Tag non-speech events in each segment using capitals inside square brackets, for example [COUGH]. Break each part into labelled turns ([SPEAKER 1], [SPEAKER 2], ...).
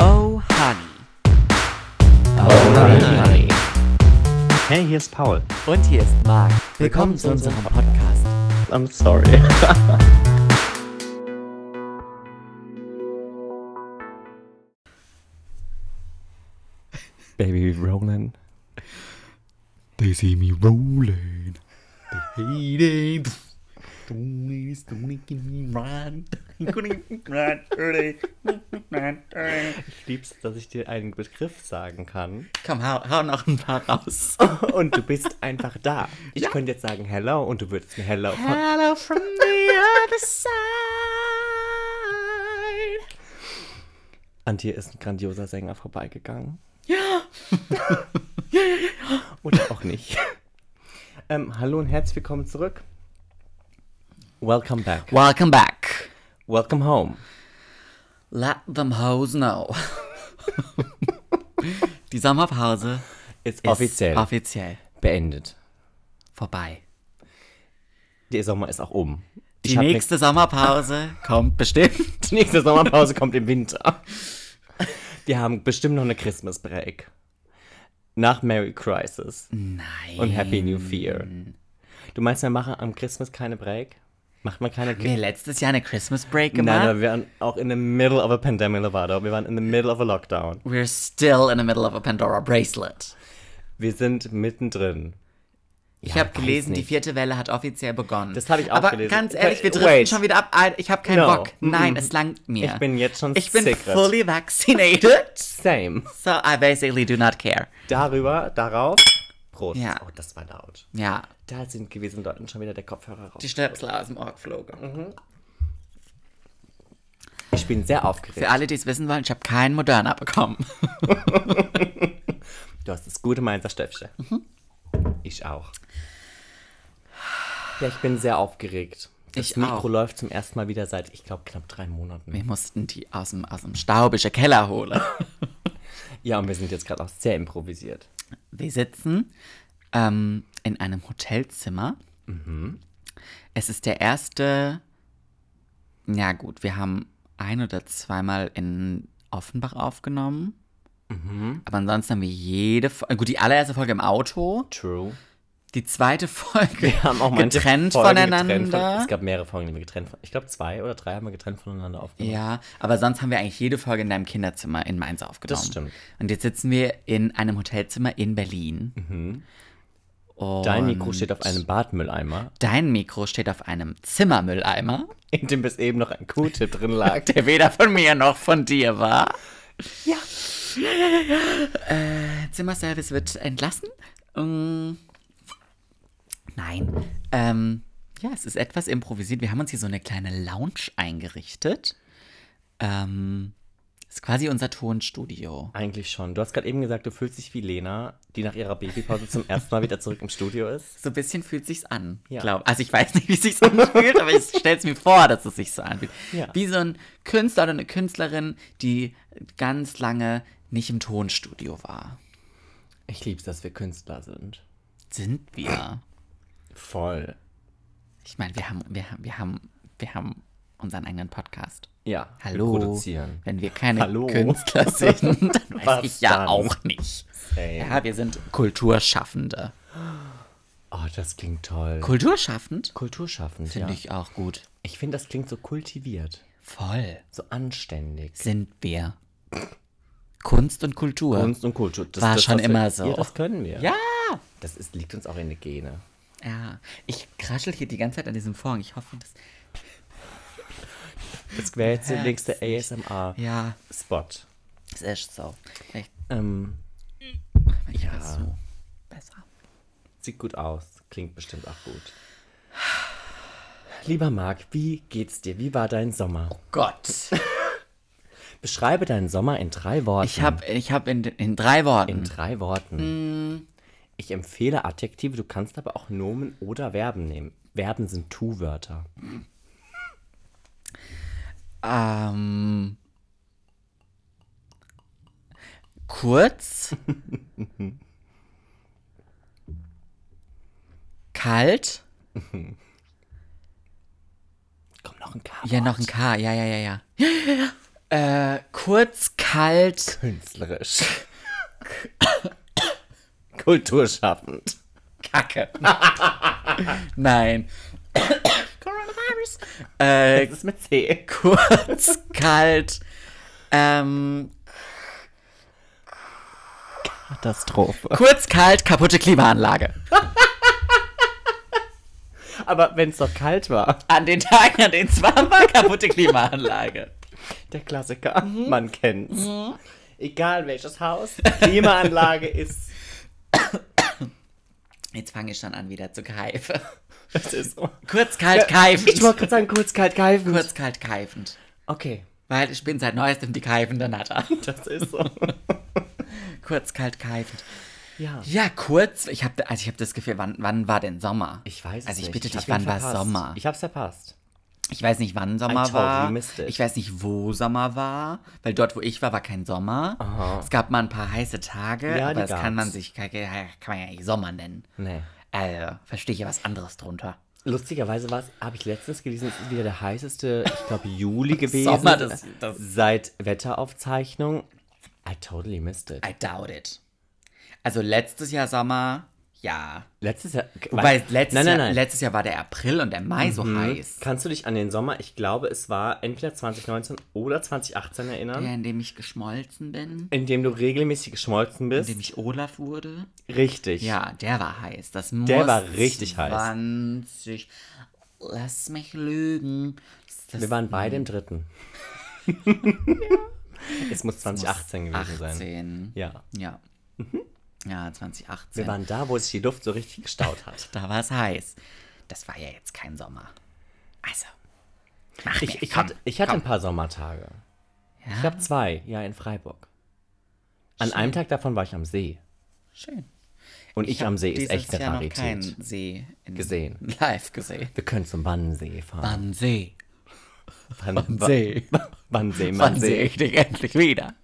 [SPEAKER 1] Oh, Honey. Oh,
[SPEAKER 2] Alright, Oh, honey.
[SPEAKER 3] Hey, hier ist Paul.
[SPEAKER 1] Und hier ist Marc. Willkommen zu unserem Podcast.
[SPEAKER 3] I'm sorry.
[SPEAKER 2] Baby rolling. They see me rolling. They hate it. Don't ladies, don't make me run.
[SPEAKER 3] Ich lieb's, dass ich dir einen Begriff sagen kann.
[SPEAKER 2] [LAUGHS] Komm, hau, hau noch ein paar raus.
[SPEAKER 3] Und du bist einfach da. Ich könnte jetzt sagen Hello und du würdest mir Hello. Von
[SPEAKER 2] Hello from the other side.
[SPEAKER 3] An dir ist ein grandioser Sänger vorbeigegangen. [LAUGHS]
[SPEAKER 2] Ja.
[SPEAKER 3] Oder auch nicht. Ähm, hallo und herzlich willkommen zurück. Welcome back.
[SPEAKER 2] Welcome back.
[SPEAKER 3] Welcome home.
[SPEAKER 2] Let them hoes know. [LAUGHS] Die Sommerpause
[SPEAKER 3] Ist,
[SPEAKER 2] ist
[SPEAKER 3] offiziell
[SPEAKER 2] offiziell
[SPEAKER 3] beendet.
[SPEAKER 2] vorbei.
[SPEAKER 3] Der Sommer ist auch um.
[SPEAKER 2] Die
[SPEAKER 3] hab
[SPEAKER 2] nächste Sommerpause kommt bestimmt.
[SPEAKER 3] [LAUGHS] Die nächste Sommerpause kommt im Winter. Wir haben bestimmt noch eine Christmas Break. Nach Merry Crisis
[SPEAKER 2] Nein.
[SPEAKER 3] und Happy New Year. Du meinst, wir machen am Christmas keine Break? Macht man keine
[SPEAKER 2] Wir
[SPEAKER 3] Christmas?
[SPEAKER 2] letztes Jahr eine Christmas Break
[SPEAKER 3] Nein,
[SPEAKER 2] gemacht.
[SPEAKER 3] aber wir waren auch in the middle of a pandemic, Lovato. Wir waren in the middle of a lockdown.
[SPEAKER 2] We're still in the middle of a Pandora Bracelet.
[SPEAKER 3] Wir sind mittendrin.
[SPEAKER 2] ich habe gelesen,
[SPEAKER 3] nicht.
[SPEAKER 2] die vierte Welle hat offiziell begonnen.
[SPEAKER 3] Das hab ich auch
[SPEAKER 2] aber
[SPEAKER 3] gelesen.
[SPEAKER 2] Aber ganz ehrlich, wir
[SPEAKER 3] Wait,
[SPEAKER 2] driften
[SPEAKER 3] wait.
[SPEAKER 2] schon wieder ab. I- Ich habe keinen
[SPEAKER 3] No.
[SPEAKER 2] Bock. Nein,
[SPEAKER 3] Mm-mm.
[SPEAKER 2] es langt mir.
[SPEAKER 3] Ich bin jetzt schon
[SPEAKER 2] Ich bin
[SPEAKER 3] sick.
[SPEAKER 2] fully vaccinated, [LAUGHS]
[SPEAKER 3] Same.
[SPEAKER 2] so I basically do not care. Darüber.
[SPEAKER 3] Darüber, darauf. Prost.
[SPEAKER 2] Ja.
[SPEAKER 3] Oh, das war laut.
[SPEAKER 2] Ja,
[SPEAKER 3] Da sind gewesen Leuten schon wieder der Kopfhörer raus.
[SPEAKER 2] die Schnäpsel aus dem Ohr
[SPEAKER 3] Mhm.
[SPEAKER 2] geflogen.
[SPEAKER 3] Ich bin sehr aufgeregt.
[SPEAKER 2] Für alle, die es wissen wollen, ich habe keinen Moderna bekommen.
[SPEAKER 3] Du hast das gute Mainzer Stäffchen. Ich auch. Ja, ich bin sehr aufgeregt. Das
[SPEAKER 2] Ich
[SPEAKER 3] Mikro
[SPEAKER 2] auch.
[SPEAKER 3] läuft zum ersten Mal wieder seit, ich glaube, knapp drei Monaten.
[SPEAKER 2] Wir mussten die aus dem, aus dem staubischen Keller holen.
[SPEAKER 3] Ja, und wir sind jetzt gerade auch sehr improvisiert.
[SPEAKER 2] Wir sitzen ähm, in einem Hotelzimmer.
[SPEAKER 3] Mhm.
[SPEAKER 2] Es ist der erste. Ja, gut, wir haben ein oder zweimal in Offenbach aufgenommen.
[SPEAKER 3] Mhm.
[SPEAKER 2] Aber ansonsten haben wir jede Folge. Gut, die allererste Folge im Auto.
[SPEAKER 3] True.
[SPEAKER 2] Die zweite Folge
[SPEAKER 3] Wir haben auch manche
[SPEAKER 2] getrennt
[SPEAKER 3] Folgen
[SPEAKER 2] voneinander.
[SPEAKER 3] Getrennt von, es gab mehrere Folgen, die wir getrennt von, Ich glaube, zwei oder drei haben wir getrennt voneinander aufgenommen.
[SPEAKER 2] ja, aber sonst haben wir eigentlich jede Folge in deinem Kinderzimmer in Mainz aufgenommen.
[SPEAKER 3] Das stimmt.
[SPEAKER 2] Und jetzt sitzen wir in einem Hotelzimmer in Berlin.
[SPEAKER 3] Mhm.
[SPEAKER 2] Und
[SPEAKER 3] Dein Mikro steht auf einem Badmülleimer,
[SPEAKER 2] Dein Mikro steht auf einem Zimmermülleimer,
[SPEAKER 3] [LAUGHS] in dem bis eben noch ein Q-Tip drin [LAUGHS] lag.
[SPEAKER 2] der weder von mir noch von dir war.
[SPEAKER 3] Ja.
[SPEAKER 2] Äh, Zimmerservice wird entlassen. Mm. Nein. Ähm, ja, es ist etwas improvisiert. Wir haben uns hier so eine kleine Lounge eingerichtet. Ähm, ist quasi unser Tonstudio.
[SPEAKER 3] Eigentlich schon. Du hast gerade eben gesagt, du fühlst dich wie Lena, die nach ihrer Babypause zum ersten Mal wieder zurück im Studio ist.
[SPEAKER 2] So ein bisschen fühlt sich's an,
[SPEAKER 3] Ja.
[SPEAKER 2] glaub. Also ich weiß nicht, wie es sich [LAUGHS] anfühlt, aber ich stell's mir vor, dass es sich so anfühlt.
[SPEAKER 3] Ja.
[SPEAKER 2] Wie so ein Künstler oder eine Künstlerin, die ganz lange nicht im Tonstudio war.
[SPEAKER 3] Ich lieb's, dass wir Künstler sind.
[SPEAKER 2] Sind wir?
[SPEAKER 3] Voll.
[SPEAKER 2] Ich meine, wir haben, wir haben, wir haben, wir haben unseren eigenen Podcast.
[SPEAKER 3] Ja.
[SPEAKER 2] Hallo.
[SPEAKER 3] Wir produzieren.
[SPEAKER 2] Wenn wir keine
[SPEAKER 3] Hallo.
[SPEAKER 2] Künstler sind,
[SPEAKER 3] [LAUGHS]
[SPEAKER 2] dann weiß
[SPEAKER 3] Was
[SPEAKER 2] ich ja
[SPEAKER 3] dann?
[SPEAKER 2] auch nicht.
[SPEAKER 3] Ey.
[SPEAKER 2] Ja, wir sind Kulturschaffende.
[SPEAKER 3] Oh, das klingt toll.
[SPEAKER 2] Kulturschaffend?
[SPEAKER 3] Kulturschaffend,
[SPEAKER 2] Finde
[SPEAKER 3] ja.
[SPEAKER 2] ich auch gut.
[SPEAKER 3] Ich finde, das klingt so kultiviert.
[SPEAKER 2] Voll.
[SPEAKER 3] So anständig.
[SPEAKER 2] Sind wir. Kunst und Kultur.
[SPEAKER 3] Kunst und Kultur. Das,
[SPEAKER 2] War
[SPEAKER 3] das,
[SPEAKER 2] schon
[SPEAKER 3] was wir,
[SPEAKER 2] immer so.
[SPEAKER 3] Ja, das können wir.
[SPEAKER 2] Ja.
[SPEAKER 3] Das ist, liegt uns auch in den Gene.
[SPEAKER 2] Ja, ich kraschel hier die ganze Zeit an diesem Vorhang. Ich hoffe, dass.
[SPEAKER 3] Das wäre jetzt der
[SPEAKER 2] merkst
[SPEAKER 3] nächste ASMR-Spot.
[SPEAKER 2] Ja, es ist so. Vielleicht
[SPEAKER 3] Ähm,
[SPEAKER 2] mache ich das so besser.
[SPEAKER 3] sieht gut aus. Klingt bestimmt auch gut. Lieber Marc, wie geht's dir? Wie war dein Sommer?
[SPEAKER 2] Gott.
[SPEAKER 3] Beschreibe deinen Sommer in drei Worten.
[SPEAKER 2] Ich habe ich hab in, in drei Worten.
[SPEAKER 3] In drei Worten.
[SPEAKER 2] Mhm.
[SPEAKER 3] Ich empfehle Adjektive, du kannst aber auch Nomen oder Verben nehmen. Verben sind Tu-Wörter.
[SPEAKER 2] ähm. Kurz. kalt.
[SPEAKER 3] Komm, noch ein K.
[SPEAKER 2] Ja, noch ein K. Ja, ja, ja, ja. äh, kurz, kalt. kalt.
[SPEAKER 3] Künstlerisch. [COUGHS] Kulturschaffend.
[SPEAKER 2] Kacke. Nein. Coronavirus. Äh,
[SPEAKER 3] Das ist mit C.
[SPEAKER 2] kurz, kalt. Ähm,
[SPEAKER 3] Katastrophe.
[SPEAKER 2] kurz, kalt, kaputte Klimaanlage.
[SPEAKER 3] Aber wenn es doch kalt war.
[SPEAKER 2] An den Tagen, an denen es warm war, kaputte Klimaanlage.
[SPEAKER 3] Der Klassiker. Mhm. Man kennt's.
[SPEAKER 2] Mhm.
[SPEAKER 3] Egal welches Haus,
[SPEAKER 2] [LAUGHS]
[SPEAKER 3] Klimaanlage ist.
[SPEAKER 2] Jetzt fange ich schon an wieder zu keifen.
[SPEAKER 3] Das ist so.
[SPEAKER 2] Kurz, kalt,
[SPEAKER 3] Ich wollte
[SPEAKER 2] keifend.
[SPEAKER 3] gerade sagen, kurz kalt keifen.
[SPEAKER 2] Kurz, kalt, keifend.
[SPEAKER 3] Okay.
[SPEAKER 2] Weil ich bin seit neuestem die keifende Natter.
[SPEAKER 3] Das ist so.
[SPEAKER 2] Kurz, kalt, keifend.
[SPEAKER 3] Ja.
[SPEAKER 2] Ja, kurz. Ich habe also ich hab das Gefühl, wann, wann war denn Sommer?
[SPEAKER 3] Ich weiß es
[SPEAKER 2] Also ich
[SPEAKER 3] nicht.
[SPEAKER 2] bitte dich,
[SPEAKER 3] hab
[SPEAKER 2] wann
[SPEAKER 3] ihn
[SPEAKER 2] war
[SPEAKER 3] verpasst.
[SPEAKER 2] Sommer?
[SPEAKER 3] Ich hab's verpasst.
[SPEAKER 2] Ich weiß nicht, wann Sommer
[SPEAKER 3] I totally
[SPEAKER 2] war.
[SPEAKER 3] missed it.
[SPEAKER 2] Ich weiß nicht, wo Sommer war, weil dort, wo ich war, war kein Sommer. Es gab mal ein paar heiße Tage,
[SPEAKER 3] Ja, die
[SPEAKER 2] aber das kann
[SPEAKER 3] gab's.
[SPEAKER 2] man sich kann man ja nicht Sommer nennen.
[SPEAKER 3] Nee.
[SPEAKER 2] Also, verstehe ich ja was anderes drunter.
[SPEAKER 3] Lustigerweise habe ich letztens gelesen, es ist wieder der heißeste, ich glaube, Juli
[SPEAKER 2] [LAUGHS]
[SPEAKER 3] gewesen.
[SPEAKER 2] Sommer, das- das-
[SPEAKER 3] Seit Wetteraufzeichnung. I totally missed it.
[SPEAKER 2] I doubt it. Also letztes Jahr Sommer, ja.
[SPEAKER 3] Letztes Jahr.
[SPEAKER 2] Wobei letztes,
[SPEAKER 3] nein, nein,
[SPEAKER 2] Jahr,
[SPEAKER 3] nein. Mhm.
[SPEAKER 2] letztes Jahr war der April und der Mai so heiß.
[SPEAKER 3] Kannst du dich an den Sommer, ich glaube, es war entweder 2019 oder 2018 erinnern,
[SPEAKER 2] Ja, in dem ich geschmolzen bin,
[SPEAKER 3] in dem du regelmäßig geschmolzen bist?
[SPEAKER 2] in dem ich Olaf wurde.
[SPEAKER 3] Richtig.
[SPEAKER 2] Ja, der war heiß. Das muss
[SPEAKER 3] Der war richtig heiß.
[SPEAKER 2] 20. Lass mich lügen. Das
[SPEAKER 3] Wir waren beide
[SPEAKER 2] Mhm. [LAUGHS]
[SPEAKER 3] im dritten. es muss 2018 gewesen sein.
[SPEAKER 2] 18.
[SPEAKER 3] Ja. Mhm.
[SPEAKER 2] Ja. Ja, 2018.
[SPEAKER 3] Wir waren da, wo sich die Luft so richtig gestaut hat.
[SPEAKER 2] da war es heiß. Das war ja jetzt kein Sommer. Also. Mach mir,
[SPEAKER 3] Ich, ich
[SPEAKER 2] komm,
[SPEAKER 3] hatte, ich hatte ein paar Sommertage. Ich habe zwei, ja, in Freiburg. An einem Tag davon war ich am See.
[SPEAKER 2] Schön.
[SPEAKER 3] Und ich,
[SPEAKER 2] hab
[SPEAKER 3] am See ist
[SPEAKER 2] dieses
[SPEAKER 3] echt eine
[SPEAKER 2] Jahr noch
[SPEAKER 3] Rarität.
[SPEAKER 2] keinen See in-
[SPEAKER 3] Gesehen.
[SPEAKER 2] [LAUGHS] Live gesehen.
[SPEAKER 3] Wir können zum Wannsee fahren.
[SPEAKER 2] Wann See?
[SPEAKER 3] Wann,
[SPEAKER 2] See.
[SPEAKER 3] Wannsee,
[SPEAKER 2] Wann
[SPEAKER 3] Wannsee.
[SPEAKER 2] sehe ich dich endlich wieder?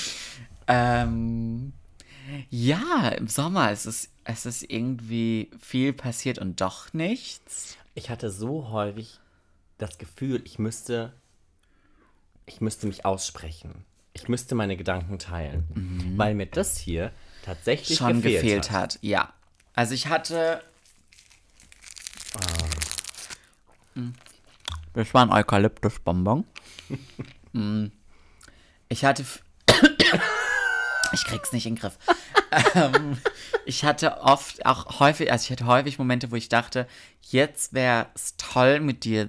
[SPEAKER 2] [LAUGHS] ähm, ja, im Sommer ist es, es ist irgendwie viel passiert und doch nichts.
[SPEAKER 3] Ich hatte so häufig das Gefühl, ich müsste, ich müsste mich aussprechen. Ich müsste meine Gedanken teilen, weil mir das hier tatsächlich
[SPEAKER 2] Mhm. Schon
[SPEAKER 3] gefehlt,
[SPEAKER 2] gefehlt
[SPEAKER 3] hat.
[SPEAKER 2] hat. Ja. Also ich hatte. Ah. Das war ein Eukalyptusbonbon. [LAUGHS] Mm. ich hatte. f- [COUGHS] ich krieg's nicht in den Griff. ähm, ich hatte oft, auch häufig, also ich hatte häufig Momente, wo ich dachte, jetzt wäre es toll, mit dir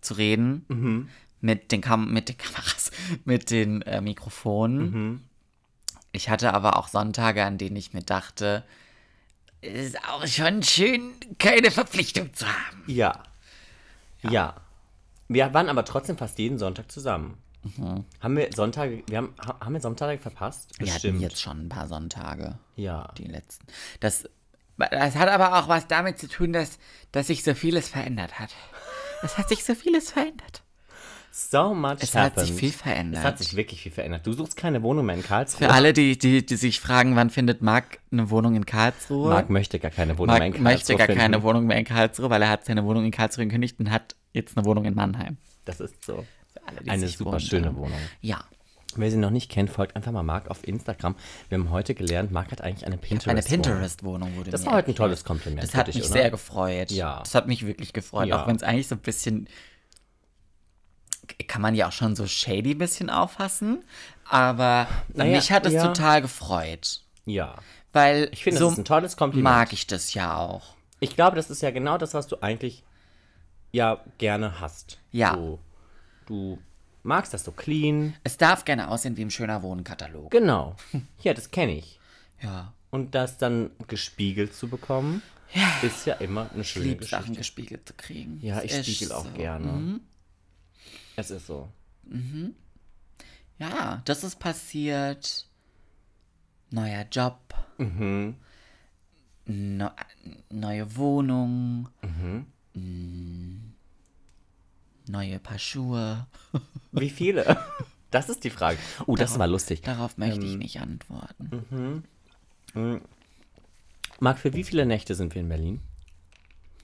[SPEAKER 2] zu reden. Mit, den Kam mit den Kameras, mit den äh, Mikrofonen. Ich hatte aber auch Sonntage, an denen ich mir dachte, es ist auch schon schön, keine Verpflichtung zu haben.
[SPEAKER 3] Ja. ja. Wir waren aber trotzdem fast jeden Sonntag zusammen. Haben wir Sonntage, wir haben, ha- haben wir Sonntage verpasst?
[SPEAKER 2] Mhm. Wir hatten jetzt schon ein paar Sonntage,
[SPEAKER 3] Ja.
[SPEAKER 2] die letzten. Das, das hat aber auch was damit zu tun, dass, dass sich so vieles verändert hat. Es hat sich so vieles verändert.
[SPEAKER 3] So much
[SPEAKER 2] Es hat sich
[SPEAKER 3] happened.
[SPEAKER 2] viel verändert.
[SPEAKER 3] Es hat sich wirklich viel verändert. Du suchst keine Wohnung mehr in Karlsruhe.
[SPEAKER 2] Für alle, die, die, die sich fragen, wann findet Marc eine Wohnung in Karlsruhe?
[SPEAKER 3] Marc möchte gar keine
[SPEAKER 2] Marc
[SPEAKER 3] Wohnung mehr in Karlsruhe
[SPEAKER 2] möchte gar
[SPEAKER 3] finden.
[SPEAKER 2] keine Wohnung mehr in Karlsruhe, weil er hat seine Wohnung in Karlsruhe gekündigt und hat jetzt eine Wohnung in Mannheim.
[SPEAKER 3] Das ist so.
[SPEAKER 2] alle, die
[SPEAKER 3] Eine
[SPEAKER 2] sich
[SPEAKER 3] super
[SPEAKER 2] wundern.
[SPEAKER 3] schöne Wohnung.
[SPEAKER 2] Ja.
[SPEAKER 3] Wer sie noch nicht kennt, folgt einfach mal Marc auf Instagram. Wir haben heute gelernt, Marc hat eigentlich eine Pinterest.
[SPEAKER 2] Eine Pinterest-Wohnung wurde
[SPEAKER 3] Das
[SPEAKER 2] mir
[SPEAKER 3] war heute ein
[SPEAKER 2] erklärt.
[SPEAKER 3] tolles Kompliment.
[SPEAKER 2] Das
[SPEAKER 3] für
[SPEAKER 2] hat
[SPEAKER 3] dich,
[SPEAKER 2] mich
[SPEAKER 3] oder?
[SPEAKER 2] sehr gefreut.
[SPEAKER 3] Ja.
[SPEAKER 2] Das hat mich wirklich gefreut,
[SPEAKER 3] Ja.
[SPEAKER 2] auch wenn es eigentlich so ein bisschen kann man ja auch schon so shady ein bisschen auffassen, aber
[SPEAKER 3] Naja,
[SPEAKER 2] mich hat es
[SPEAKER 3] ja.
[SPEAKER 2] total gefreut,
[SPEAKER 3] Ja.
[SPEAKER 2] weil
[SPEAKER 3] Ich finde,
[SPEAKER 2] so
[SPEAKER 3] das ist ein tolles Kompliment.
[SPEAKER 2] mag ich das ja auch.
[SPEAKER 3] Ich glaube, das ist ja genau das, was du eigentlich ja gerne hast.
[SPEAKER 2] Ja.
[SPEAKER 3] Du, du magst das so clean.
[SPEAKER 2] Es darf gerne aussehen wie im schöner Wohnkatalog.
[SPEAKER 3] Genau. Ja, das kenne ich.
[SPEAKER 2] Ja,
[SPEAKER 3] Und das dann gespiegelt zu bekommen, ist ja immer eine schöne
[SPEAKER 2] lieb
[SPEAKER 3] Geschichte.
[SPEAKER 2] Sachen gespiegelt zu kriegen.
[SPEAKER 3] Ja,
[SPEAKER 2] Das
[SPEAKER 3] ich
[SPEAKER 2] ist
[SPEAKER 3] spiegel auch
[SPEAKER 2] so. Mhm.
[SPEAKER 3] gerne. Es ist so.
[SPEAKER 2] Ja, das ist passiert. Neuer Job. Neu- neue Wohnung. Mm. Neue Paar Schuhe. [LAUGHS]
[SPEAKER 3] Wie viele? Das ist die Frage. Oh, das war lustig.
[SPEAKER 2] Darauf möchte ich nicht antworten.
[SPEAKER 3] Marc, für wie viele Nächte sind wir in Berlin?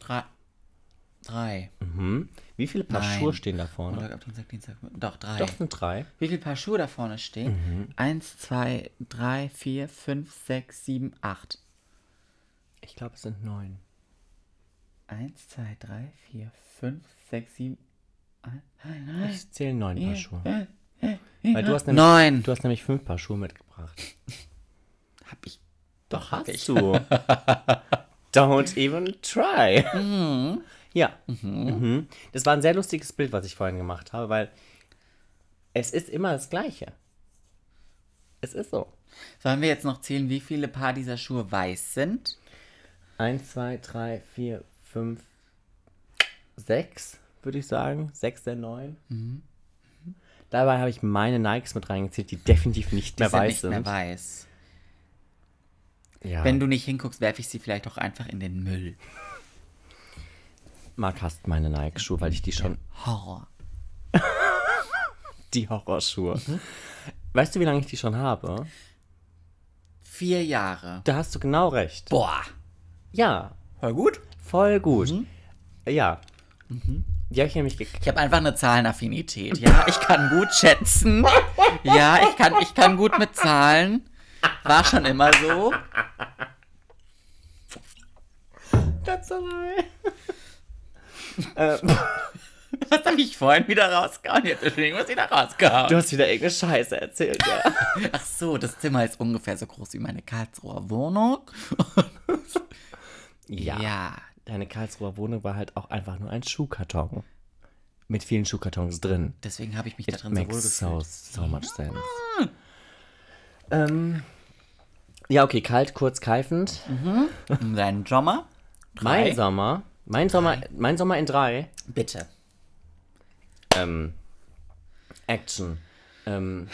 [SPEAKER 2] Drei. Drei.
[SPEAKER 3] Wie viele Paar
[SPEAKER 2] Nein.
[SPEAKER 3] Schuhe stehen da vorne?
[SPEAKER 2] Montag, ab Dienstag, Dienstag. Doch, drei.
[SPEAKER 3] Mhm. Doch, sind drei.
[SPEAKER 2] Wie viele Paar Schuhe da vorne stehen? Eins, zwei, drei, vier, fünf, sechs, sieben, acht.
[SPEAKER 3] Ich glaube, es sind neun.
[SPEAKER 2] Eins, zwei, drei, vier, fünf, sechs, sieben, ein,
[SPEAKER 3] Ich zähle neun Paar Schuhe. Weil du hast nämlich,
[SPEAKER 2] neun.
[SPEAKER 3] Du hast nämlich fünf Paar Schuhe mitgebracht.
[SPEAKER 2] Hab ich.
[SPEAKER 3] Doch,
[SPEAKER 2] [LAUGHS]
[SPEAKER 3] hast du. Don't even try. Ja. Mhm. Das war ein sehr lustiges Bild, was ich vorhin gemacht habe, weil es ist immer das Gleiche. Es ist so.
[SPEAKER 2] Sollen wir jetzt noch zählen, wie viele Paar dieser Schuhe weiß sind?
[SPEAKER 3] Eins, zwei, drei, vier, fünf, sechs, würde ich sagen. Sechs der neun.
[SPEAKER 2] Mhm.
[SPEAKER 3] Dabei habe ich meine Nikes mit reingezählt, die definitiv nicht
[SPEAKER 2] Die
[SPEAKER 3] mehr
[SPEAKER 2] sind
[SPEAKER 3] weiß
[SPEAKER 2] nicht
[SPEAKER 3] sind.
[SPEAKER 2] mehr weiß.
[SPEAKER 3] Ja.
[SPEAKER 2] Wenn du nicht hinguckst, werfe ich sie vielleicht auch einfach in den Müll.
[SPEAKER 3] Marc hasst meine Nike-Schuhe, weil ich die schon.
[SPEAKER 2] Horror.
[SPEAKER 3] Die Horrorschuhe. Mhm. Weißt du, wie lange ich die schon habe?
[SPEAKER 2] Vier Jahre.
[SPEAKER 3] Da hast du genau recht.
[SPEAKER 2] Boah.
[SPEAKER 3] Ja,
[SPEAKER 2] Voll gut.
[SPEAKER 3] voll gut. Ja. Die habe ich nämlich gekriegt.
[SPEAKER 2] Ich habe einfach eine Zahlenaffinität. Ja, ich kann gut schätzen. Ja, ich kann, ich kann gut mit Zahlen. War schon immer so. [LAUGHS] Das habe Ähm. ich vorhin wieder rausgehauen. Jetzt deswegen was wieder
[SPEAKER 3] Du
[SPEAKER 2] rausgehauen.
[SPEAKER 3] hast wieder irgendeine Scheiße erzählt, ja.
[SPEAKER 2] Ach so, das Zimmer ist ungefähr so groß wie meine Karlsruher Wohnung. [LAUGHS]
[SPEAKER 3] ja. Deine Karlsruher Wohnung war halt auch einfach nur ein Schuhkarton. Mit vielen Schuhkartons drin.
[SPEAKER 2] deswegen habe ich mich da
[SPEAKER 3] It
[SPEAKER 2] drin so wohl
[SPEAKER 3] makes
[SPEAKER 2] gefühlt.
[SPEAKER 3] so, Mhm. so much sense. Ähm, ja, okay, kalt, kurz, keifend.
[SPEAKER 2] Und Dein Um Drummer?
[SPEAKER 3] Mein Sommer. Mein Sommer, mein Sommer in drei.
[SPEAKER 2] Bitte.
[SPEAKER 3] ähm, Action, ähm,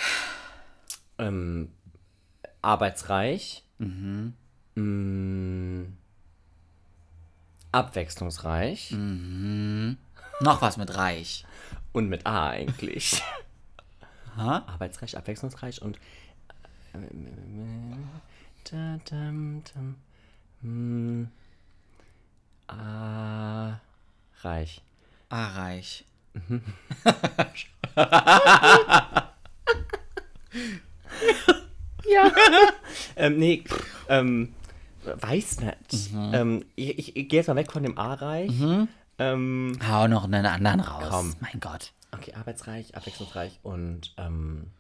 [SPEAKER 3] ähm, arbeitsreich, Mm, abwechslungsreich
[SPEAKER 2] Noch was mit Reich.
[SPEAKER 3] und mit A eigentlich.
[SPEAKER 2] Ha?
[SPEAKER 3] [LAUGHS] Arbeitsreich, abwechslungsreich und äh, da, dam, dam, mm, A, reich.
[SPEAKER 2] Ah, Reich.
[SPEAKER 3] Ähm, nee, ähm, weiß nicht. Ähm, ich ich, ich gehe jetzt mal weg von dem A-Reich. Ähm,
[SPEAKER 2] Hau noch einen anderen raus.
[SPEAKER 3] Komm.
[SPEAKER 2] Mein Gott.
[SPEAKER 3] okay, arbeitsreich, abwechslungsreich und ähm,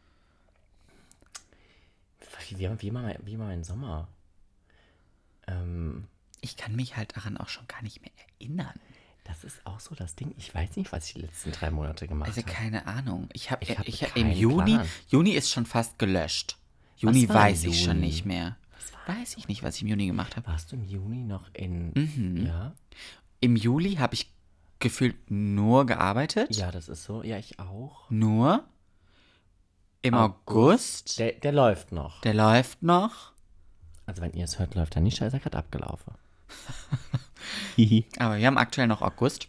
[SPEAKER 3] wie, wie, wie, immer, wie immer mein Sommer. Ähm,
[SPEAKER 2] Ich kann mich halt daran auch schon gar nicht mehr erinnern.
[SPEAKER 3] das ist auch so das Ding. Ich weiß nicht, was ich die letzten drei Monate gemacht
[SPEAKER 2] Also
[SPEAKER 3] habe.
[SPEAKER 2] keine Ahnung. Ich habe
[SPEAKER 3] Ich
[SPEAKER 2] ich
[SPEAKER 3] hab
[SPEAKER 2] hab im
[SPEAKER 3] keinen
[SPEAKER 2] Juni,
[SPEAKER 3] Plan.
[SPEAKER 2] Juni ist schon fast gelöscht. Juni
[SPEAKER 3] Was war im
[SPEAKER 2] weiß ich schon
[SPEAKER 3] Juni?
[SPEAKER 2] nicht mehr. Weiß ich nicht, was ich im Juni gemacht habe.
[SPEAKER 3] Warst du im Juni noch in. Ja?
[SPEAKER 2] Im Juli habe ich gefühlt nur gearbeitet.
[SPEAKER 3] Ja, das ist so. Ja, ich auch.
[SPEAKER 2] Nur. Im August.
[SPEAKER 3] Der, der läuft noch.
[SPEAKER 2] Der läuft noch.
[SPEAKER 3] Also, wenn ihr es hört, läuft er nicht. Da ist er gerade [LAUGHS] abgelaufen. Hihi.
[SPEAKER 2] Aber wir haben aktuell noch August.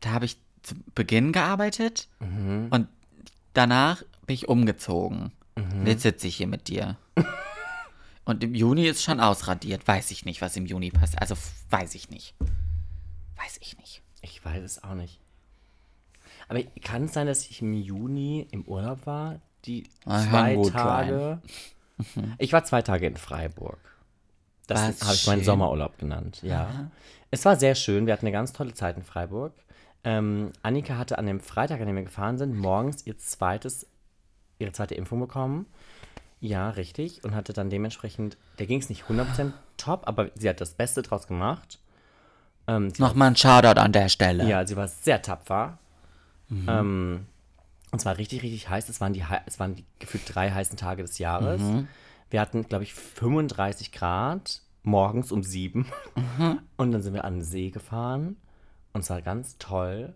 [SPEAKER 2] Da habe ich zu Beginn gearbeitet
[SPEAKER 3] Mhm.
[SPEAKER 2] und danach bin ich umgezogen.
[SPEAKER 3] Mhm.
[SPEAKER 2] Jetzt sitze ich hier mit
[SPEAKER 3] [LAUGHS]
[SPEAKER 2] dir. und im Juni ist schon ausradiert. Weiß ich nicht, was im Juni passt. Also f- weiß ich nicht. Weiß ich nicht.
[SPEAKER 3] Ich weiß es auch nicht. Aber kann es sein, dass ich im Juni im Urlaub war? Die
[SPEAKER 2] Ah,
[SPEAKER 3] zwei
[SPEAKER 2] kann gut
[SPEAKER 3] Tage. [LAUGHS] Ich war zwei Tage in Freiburg. Das
[SPEAKER 2] War's
[SPEAKER 3] habe ich meinen
[SPEAKER 2] schön?
[SPEAKER 3] Sommerurlaub genannt. Ja. Es war sehr schön. Wir hatten eine ganz tolle Zeit in Freiburg. Ähm, Annika hatte an dem Freitag, an dem wir gefahren sind, morgens ihr zweites, ihre zweite Impfung bekommen. Ja, richtig. Und hatte dann dementsprechend, der ging es nicht 100% top, aber sie hat das Beste draus gemacht. Ähm, sie
[SPEAKER 2] Nochmal ein Shoutout an der Stelle.
[SPEAKER 3] ja, sie war sehr tapfer. Ähm, und es war richtig, richtig heiß. Es waren die, hei- es waren die gefühlt drei heißen Tage des Jahres. Wir hatten, glaube ich, 35 Grad morgens um sieben. [LAUGHS] Und dann sind wir an den See gefahren. Und es war ganz toll.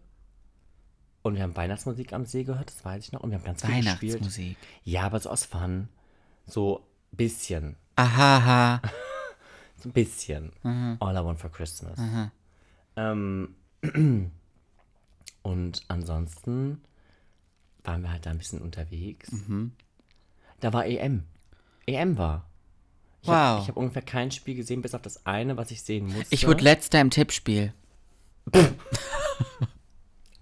[SPEAKER 3] Und wir haben Weihnachtsmusik am See gehört, das weiß ich noch. Und wir haben ganz viel gespielt.
[SPEAKER 2] Weihnachtsmusik.
[SPEAKER 3] Ja, aber so aus Fun. So ein bisschen.
[SPEAKER 2] Aha.
[SPEAKER 3] So ein bisschen. All I Want for Christmas. Ähm, [CLEARS THROAT] und ansonsten waren E wir halt da ein bisschen unterwegs. Da war EM. EM war. Ich hab-
[SPEAKER 2] Wow.
[SPEAKER 3] Ich habe ungefähr kein Spiel gesehen, bis auf das eine, was ich sehen musste.
[SPEAKER 2] Ich wurde letzter im Tippspiel.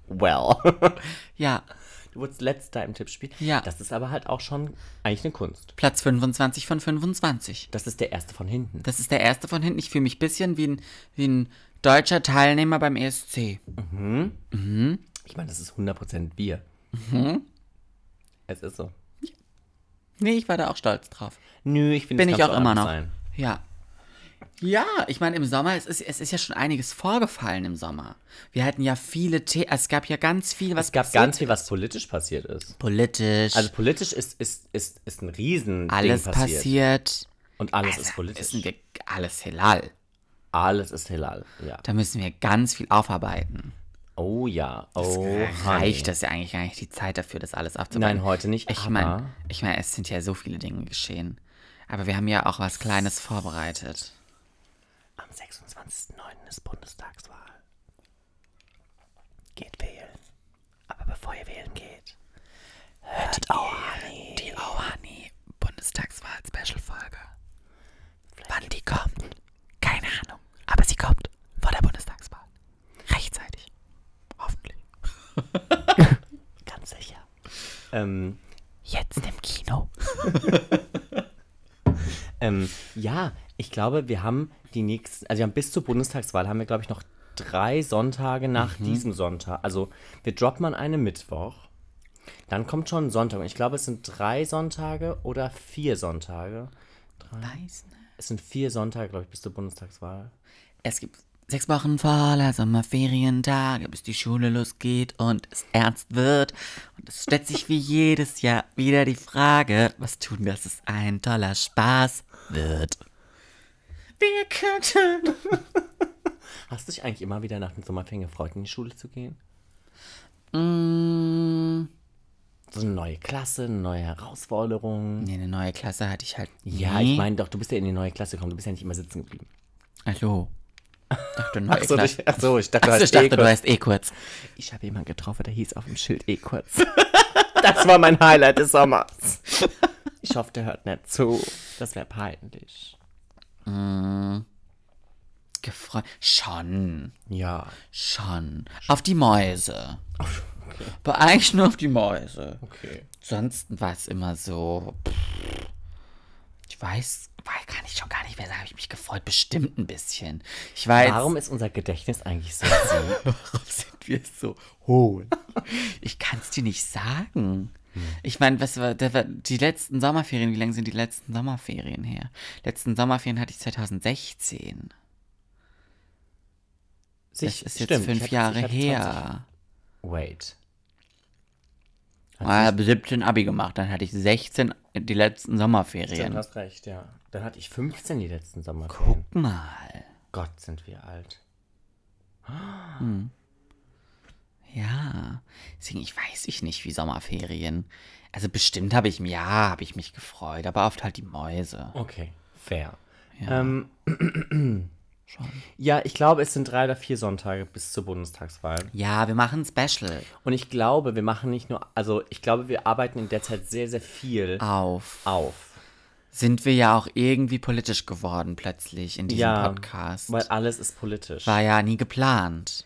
[SPEAKER 3] Well. [LAUGHS]
[SPEAKER 2] Ja,
[SPEAKER 3] du wurdest letzter im Tippspiel.
[SPEAKER 2] Ja.
[SPEAKER 3] Das ist aber halt auch schon eigentlich eine Kunst.
[SPEAKER 2] Platz 25 von 25.
[SPEAKER 3] Das ist der erste von hinten.
[SPEAKER 2] Das ist der erste von hinten. Ich fühle mich ein bisschen wie ein, wie ein deutscher Teilnehmer beim E ESC.
[SPEAKER 3] Ich meine, das ist 100% Bier.
[SPEAKER 2] Mhm.
[SPEAKER 3] Es ist so.
[SPEAKER 2] Nee, ich war da auch stolz drauf.
[SPEAKER 3] Nö, ich finde
[SPEAKER 2] Bin
[SPEAKER 3] es
[SPEAKER 2] ich
[SPEAKER 3] kann
[SPEAKER 2] auch
[SPEAKER 3] so
[SPEAKER 2] immer
[SPEAKER 3] anders
[SPEAKER 2] noch.
[SPEAKER 3] Sein.
[SPEAKER 2] Ja. Ja, ich meine, im Sommer, es ist, es ist ja schon einiges vorgefallen im Sommer. Wir hatten ja viele The es gab ja ganz viel, was
[SPEAKER 3] Es gab
[SPEAKER 2] passiert-
[SPEAKER 3] ganz viel, was politisch passiert ist.
[SPEAKER 2] politisch,
[SPEAKER 3] Also politisch ist, ist, ist, ist ein riesen
[SPEAKER 2] alles
[SPEAKER 3] Ding
[SPEAKER 2] passiert.
[SPEAKER 3] passiert. Und alles
[SPEAKER 2] Also,
[SPEAKER 3] ist politisch.
[SPEAKER 2] Wissen wir alles Hilal.
[SPEAKER 3] Alles ist Hilal. Ja.
[SPEAKER 2] Da müssen wir ganz viel aufarbeiten.
[SPEAKER 3] Oh ja. Oh,
[SPEAKER 2] Reicht das ja eigentlich gar nicht die Zeit dafür, das alles aufzuarbeiten?
[SPEAKER 3] Nein, heute nicht.
[SPEAKER 2] Ich
[SPEAKER 3] aber-
[SPEAKER 2] meine, ich mein, es sind ja so viele Dinge geschehen. Aber wir haben ja auch was Kleines vorbereitet.
[SPEAKER 3] Am 26.09. ist Bundestagswahl. Geht wählen. Aber bevor ihr wählen geht, hört Ohani.
[SPEAKER 2] Die Ohani Bundestagswahl Special Folge. Wann die kommt? Keine Ahnung. Aber sie kommt vor der Bundestagswahl. Rechtzeitig. Hoffentlich.
[SPEAKER 3] [LAUGHS] Ganz sicher. Ähm,
[SPEAKER 2] Jetzt im Kino.
[SPEAKER 3] ähm, ja, ich glaube, wir haben die nächsten, also wir haben bis zur Bundestagswahl haben wir, glaube ich, noch drei Sonntage
[SPEAKER 2] Mhm.
[SPEAKER 3] nach diesem Sonntag. Also wir droppen an einem Mittwoch. Dann kommt schon ein Sonntag. Und ich glaube, es sind drei Sonntage oder vier Sonntage.
[SPEAKER 2] Weiß nicht.
[SPEAKER 3] Es sind vier Sonntage, glaube ich, bis zur Bundestagswahl.
[SPEAKER 2] Es gibt sechs Wochen voller Sommerferientage, bis die Schule losgeht und es ernst wird. Und es stellt sich wie [LAUGHS] jedes Jahr wieder die Frage, was tun, dass es ein toller Spaß wird. Wir könnten.
[SPEAKER 3] Hast du dich eigentlich immer wieder nach den Sommerferien gefreut, in die Schule zu gehen?
[SPEAKER 2] Mm,
[SPEAKER 3] So eine neue Klasse, eine neue Herausforderung.
[SPEAKER 2] nee, eine neue Klasse hatte ich halt. Nie.
[SPEAKER 3] Ja, ich meine doch, du bist ja in die neue Klasse gekommen, du bist ja nicht immer sitzen geblieben.
[SPEAKER 2] Hallo. Ich dachte, neue
[SPEAKER 3] Achso,
[SPEAKER 2] Klasse.
[SPEAKER 3] ich, ach so, ich dachte,
[SPEAKER 2] Achso, ich
[SPEAKER 3] hast eh
[SPEAKER 2] dachte, du
[SPEAKER 3] kurz-
[SPEAKER 2] heißt eh kurz.
[SPEAKER 3] ich habe jemanden getroffen, der hieß auf dem Schild eh kurz. [LAUGHS] das war mein Highlight des Sommers. Ich hoffe, der hört nicht zu. Das wäre peinlich.
[SPEAKER 2] Gefreut. Schon.
[SPEAKER 3] Ja.
[SPEAKER 2] Schon. Auf die Mäuse. Aber eigentlich nur auf die Mäuse.
[SPEAKER 3] Okay.
[SPEAKER 2] Sonst war es immer so. pff, Ich weiß, weil kann ich schon gar nicht mehr sagen, habe ich mich gefreut. Bestimmt ein bisschen. Ich weiß.
[SPEAKER 3] Warum ist unser Gedächtnis eigentlich [LAUGHS] so? so?
[SPEAKER 2] [LAUGHS] warum sind wir so hohl? Ich kann es dir nicht sagen.
[SPEAKER 3] Hm.
[SPEAKER 2] Ich meine, was war, da war die letzten Sommerferien, wie lange sind die letzten Sommerferien her? Letzten Sommerferien hatte ich 2016. Das
[SPEAKER 3] Sich-
[SPEAKER 2] ist jetzt
[SPEAKER 3] stimmt, ich
[SPEAKER 2] fünf
[SPEAKER 3] hatte-
[SPEAKER 2] Jahre
[SPEAKER 3] ich hatte
[SPEAKER 2] her.
[SPEAKER 3] Wait.
[SPEAKER 2] Ich habe 17 Abi gemacht, dann hatte ich 16 die letzten
[SPEAKER 3] Stimmt,
[SPEAKER 2] Sommerferien.
[SPEAKER 3] hast recht, ja. Dann hatte ich 15 die letzten Sommerferien.
[SPEAKER 2] Guck mal.
[SPEAKER 3] Gott, sind wir alt.
[SPEAKER 2] Ja, deswegen, ich weiß ich nicht, wie Sommerferien. Also bestimmt habe ich, ja, habe ich mich gefreut, aber oft halt die Mäuse.
[SPEAKER 3] Okay, fair.
[SPEAKER 2] Ja.
[SPEAKER 3] Ähm,
[SPEAKER 2] [CLEARS THROAT] Schon.
[SPEAKER 3] ja, ich glaube, es sind drei oder vier Sonntage bis zur Bundestagswahl.
[SPEAKER 2] Ja, wir machen ein Special
[SPEAKER 3] Und ich glaube, wir machen nicht nur, also ich glaube, wir arbeiten in der Zeit sehr, sehr viel
[SPEAKER 2] Ah, auf.
[SPEAKER 3] auf.
[SPEAKER 2] Sind wir ja auch irgendwie politisch geworden plötzlich in diesem
[SPEAKER 3] Ja,
[SPEAKER 2] Podcast.
[SPEAKER 3] weil alles ist politisch.
[SPEAKER 2] War ja nie geplant.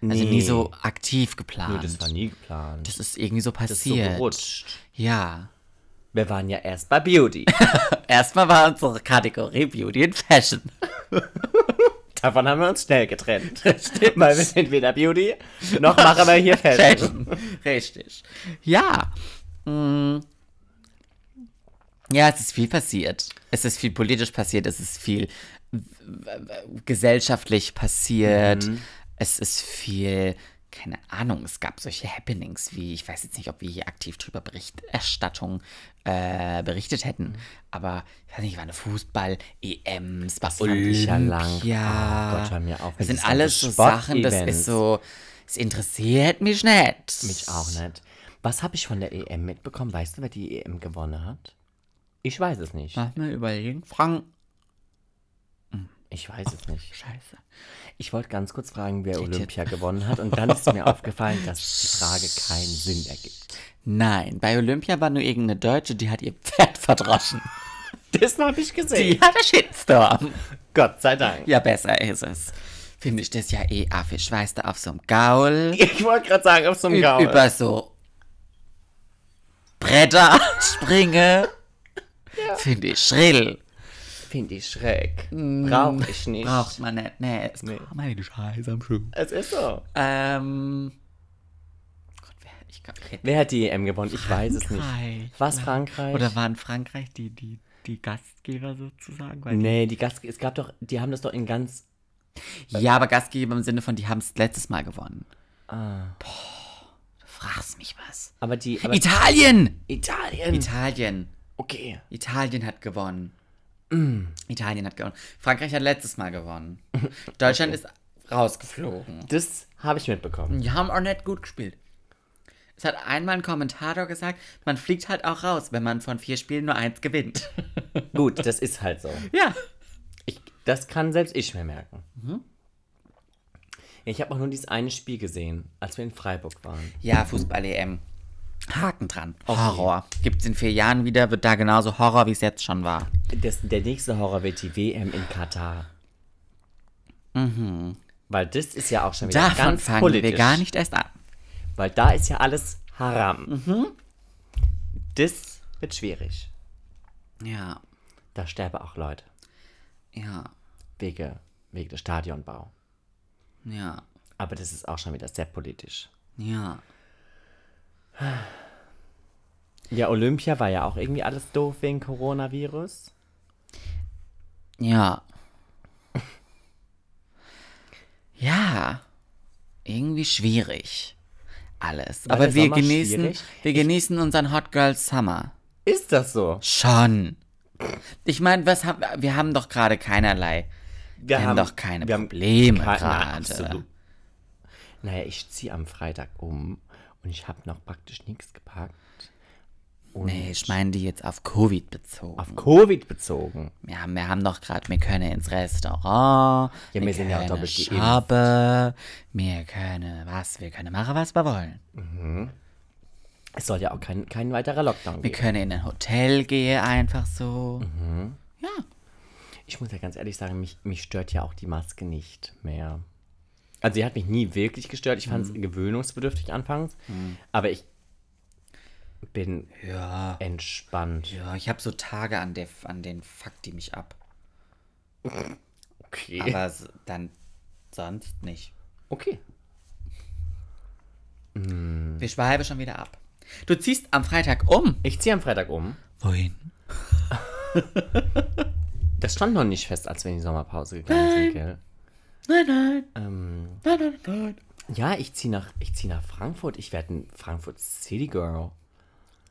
[SPEAKER 2] Also
[SPEAKER 3] Nee.
[SPEAKER 2] nie so aktiv geplant.
[SPEAKER 3] Nö, das war nie geplant.
[SPEAKER 2] Das ist irgendwie so
[SPEAKER 3] ist so
[SPEAKER 2] passiert.
[SPEAKER 3] gerutscht.
[SPEAKER 2] ja.
[SPEAKER 3] Wir waren ja erst
[SPEAKER 2] [LAUGHS]
[SPEAKER 3] bei Beauty.
[SPEAKER 2] Erstmal war unsere Kategorie Beauty and Fashion.
[SPEAKER 3] Davon haben wir uns schnell
[SPEAKER 2] [LAUGHS]
[SPEAKER 3] getrennt. Weil wir sind weder Beauty, noch machen wir hier fest.
[SPEAKER 2] Richtig. Ja. Mm. Ja, es ist viel passiert. Es ist viel politisch passiert, es ist viel w- w- gesellschaftlich passiert.
[SPEAKER 3] Mhm.
[SPEAKER 2] Es ist viel, keine Ahnung, es gab solche Happenings wie, ich weiß jetzt nicht, ob wir hier aktiv drüber Berichterstattung äh, berichtet hätten,
[SPEAKER 3] Mhm.
[SPEAKER 2] aber ich weiß nicht, war eine Fußball-EM, es war
[SPEAKER 3] fand ich ja lang.
[SPEAKER 2] Olympia.
[SPEAKER 3] Oh Gott, hör mir auf,
[SPEAKER 2] Das
[SPEAKER 3] das
[SPEAKER 2] sind
[SPEAKER 3] ist
[SPEAKER 2] alles so
[SPEAKER 3] ganze
[SPEAKER 2] Sachen, das
[SPEAKER 3] Sportevents.
[SPEAKER 2] ist so, es interessiert mich nicht.
[SPEAKER 3] Mich auch nicht. Was habe ich von der EM mitbekommen? Weißt du, wer die EM gewonnen hat? Ich weiß es nicht.
[SPEAKER 2] Lass mal überlegen. Frank.
[SPEAKER 3] Ich weiß es nicht.
[SPEAKER 2] Scheiße.
[SPEAKER 3] Ich wollte ganz kurz fragen, wer Olympia gewonnen hat. Und dann ist [LAUGHS] mir aufgefallen, dass die Frage keinen Sinn ergibt.
[SPEAKER 2] Nein, bei Olympia war nur irgendeine Deutsche, die hat ihr Pferd [LAUGHS] verdroschen.
[SPEAKER 3] Das habe ich gesehen.
[SPEAKER 2] Die hatte Shitstorm.
[SPEAKER 3] Gott sei Dank.
[SPEAKER 2] Ja, besser ist es. Finde ich das ja eh affisch, weißt du, auf so einem [LAUGHS] Gaul,
[SPEAKER 3] Ich wollte gerade sagen, auf so einem
[SPEAKER 2] ü-
[SPEAKER 3] Gaul.
[SPEAKER 2] über so Bretter [LAUGHS] springe. Finde ich schrill.
[SPEAKER 3] Finde ich schräg. Brauche ich nicht.
[SPEAKER 2] Braucht man nicht. Nee, es
[SPEAKER 3] Nee.
[SPEAKER 2] braucht man nicht. Scheiß am Schuh.
[SPEAKER 3] Es ist so.
[SPEAKER 2] Ähm. Gott, wer, ich glaub, ich hätte
[SPEAKER 3] Wer hat die EM gewonnen? Ich weiß es
[SPEAKER 2] Frankreich.
[SPEAKER 3] nicht. Was Frankreich?
[SPEAKER 2] Oder waren Frankreich die, die, die Gastgeber sozusagen? Weil
[SPEAKER 3] nee, die Gast, es gab doch, die haben das doch in ganz.
[SPEAKER 2] Ja, aber Gastgeber im Sinne von, die haben es letztes Mal gewonnen.
[SPEAKER 3] Ah.
[SPEAKER 2] Du fragst mich was.
[SPEAKER 3] Aber die. Aber
[SPEAKER 2] Italien!
[SPEAKER 3] Italien.
[SPEAKER 2] Italien.
[SPEAKER 3] okay.
[SPEAKER 2] Italien hat gewonnen. Mm. Italien hat gewonnen. Frankreich hat letztes Mal [LAUGHS] gewonnen. Deutschland ist rausgeflogen.
[SPEAKER 3] Das habe ich mitbekommen.
[SPEAKER 2] Die haben auch nicht gut gespielt. Es hat einmal ein Kommentator gesagt, man fliegt halt auch raus, wenn man von vier Spielen nur eins gewinnt. [LAUGHS]
[SPEAKER 3] Gut, das ist halt so.
[SPEAKER 2] ja.
[SPEAKER 3] Ich, das kann selbst ich mir merken.
[SPEAKER 2] Mhm.
[SPEAKER 3] Ich habe auch nur dieses eine Spiel gesehen, als wir in Freiburg waren.
[SPEAKER 2] Ja, Fußball-EM. Haken dran. Horror. Gibt's in vier Jahren wieder, wird da genauso Horror, wie es jetzt schon war.
[SPEAKER 3] Das, der nächste Horror wird die WM in Katar. Weil das ist ja auch schon wieder
[SPEAKER 2] Mhm. Davon
[SPEAKER 3] ganz
[SPEAKER 2] fangen
[SPEAKER 3] politisch.
[SPEAKER 2] wir gar nicht erst an.
[SPEAKER 3] Weil da ist ja alles haram.
[SPEAKER 2] Mhm.
[SPEAKER 3] Das wird schwierig.
[SPEAKER 2] Ja,
[SPEAKER 3] Da sterben auch Leute
[SPEAKER 2] ja,
[SPEAKER 3] wegen, wegen des Stadionbau.
[SPEAKER 2] ja,
[SPEAKER 3] Aber das ist auch schon wieder sehr politisch.
[SPEAKER 2] ja.
[SPEAKER 3] Ja, Olympia war ja auch irgendwie alles doof wegen Coronavirus.
[SPEAKER 2] Ja. Ja. Irgendwie schwierig. Alles.
[SPEAKER 3] War
[SPEAKER 2] Aber
[SPEAKER 3] der
[SPEAKER 2] wir
[SPEAKER 3] Sommer
[SPEAKER 2] genießen,
[SPEAKER 3] schwierig?
[SPEAKER 2] wir genießen unseren Hot Girl Summer.
[SPEAKER 3] Ist das so?
[SPEAKER 2] Schon. Ich meine, was haben wir haben doch gerade keinerlei.
[SPEAKER 3] Wir
[SPEAKER 2] haben doch keine Probleme
[SPEAKER 3] kein-
[SPEAKER 2] gerade.
[SPEAKER 3] Na, absolut. Naja, ich ziehe am Freitag um und ich habe noch praktisch nichts gepackt. Und
[SPEAKER 2] Nee, ich meine die jetzt auf Covid bezogen.
[SPEAKER 3] auf Covid bezogen.
[SPEAKER 2] wir, haben, wir haben doch gerade, wir können ins Restaurant.
[SPEAKER 3] Ja, wir sind ja auch
[SPEAKER 2] können
[SPEAKER 3] doppelt geimpft.
[SPEAKER 2] shoppen, Wir können was, wir können machen, was wir wollen.
[SPEAKER 3] Es soll ja auch kein, kein weiterer Lockdown
[SPEAKER 2] Wir
[SPEAKER 3] geben.
[SPEAKER 2] können in ein Hotel gehen, einfach so.
[SPEAKER 3] Mhm.
[SPEAKER 2] Ja.
[SPEAKER 3] Ich muss ja ganz ehrlich sagen, mich, mich stört ja auch die Maske nicht mehr. Also sie hat mich nie wirklich gestört. Ich fand es
[SPEAKER 2] Mhm.
[SPEAKER 3] gewöhnungsbedürftig anfangs. Aber ich bin
[SPEAKER 2] Ja.
[SPEAKER 3] entspannt.
[SPEAKER 2] Ja, ich habe so Tage an, der, an den Fakt, die mich ab.
[SPEAKER 3] Okay.
[SPEAKER 2] Aber s- dann sonst nicht.
[SPEAKER 3] okay.
[SPEAKER 2] Wir schweifen schon wieder ab. Du ziehst am Freitag um.
[SPEAKER 3] Ich ziehe am Freitag um.
[SPEAKER 2] Wohin?
[SPEAKER 3] Das stand noch nicht fest, als wir in die Sommerpause gegangen sind, gell?
[SPEAKER 2] Nein, nein,
[SPEAKER 3] Ähm,
[SPEAKER 2] nein, nein, nein.
[SPEAKER 3] ja, ich ziehe nach, ich zieh nach Frankfurt. Ich werde ein Frankfurt City Girl.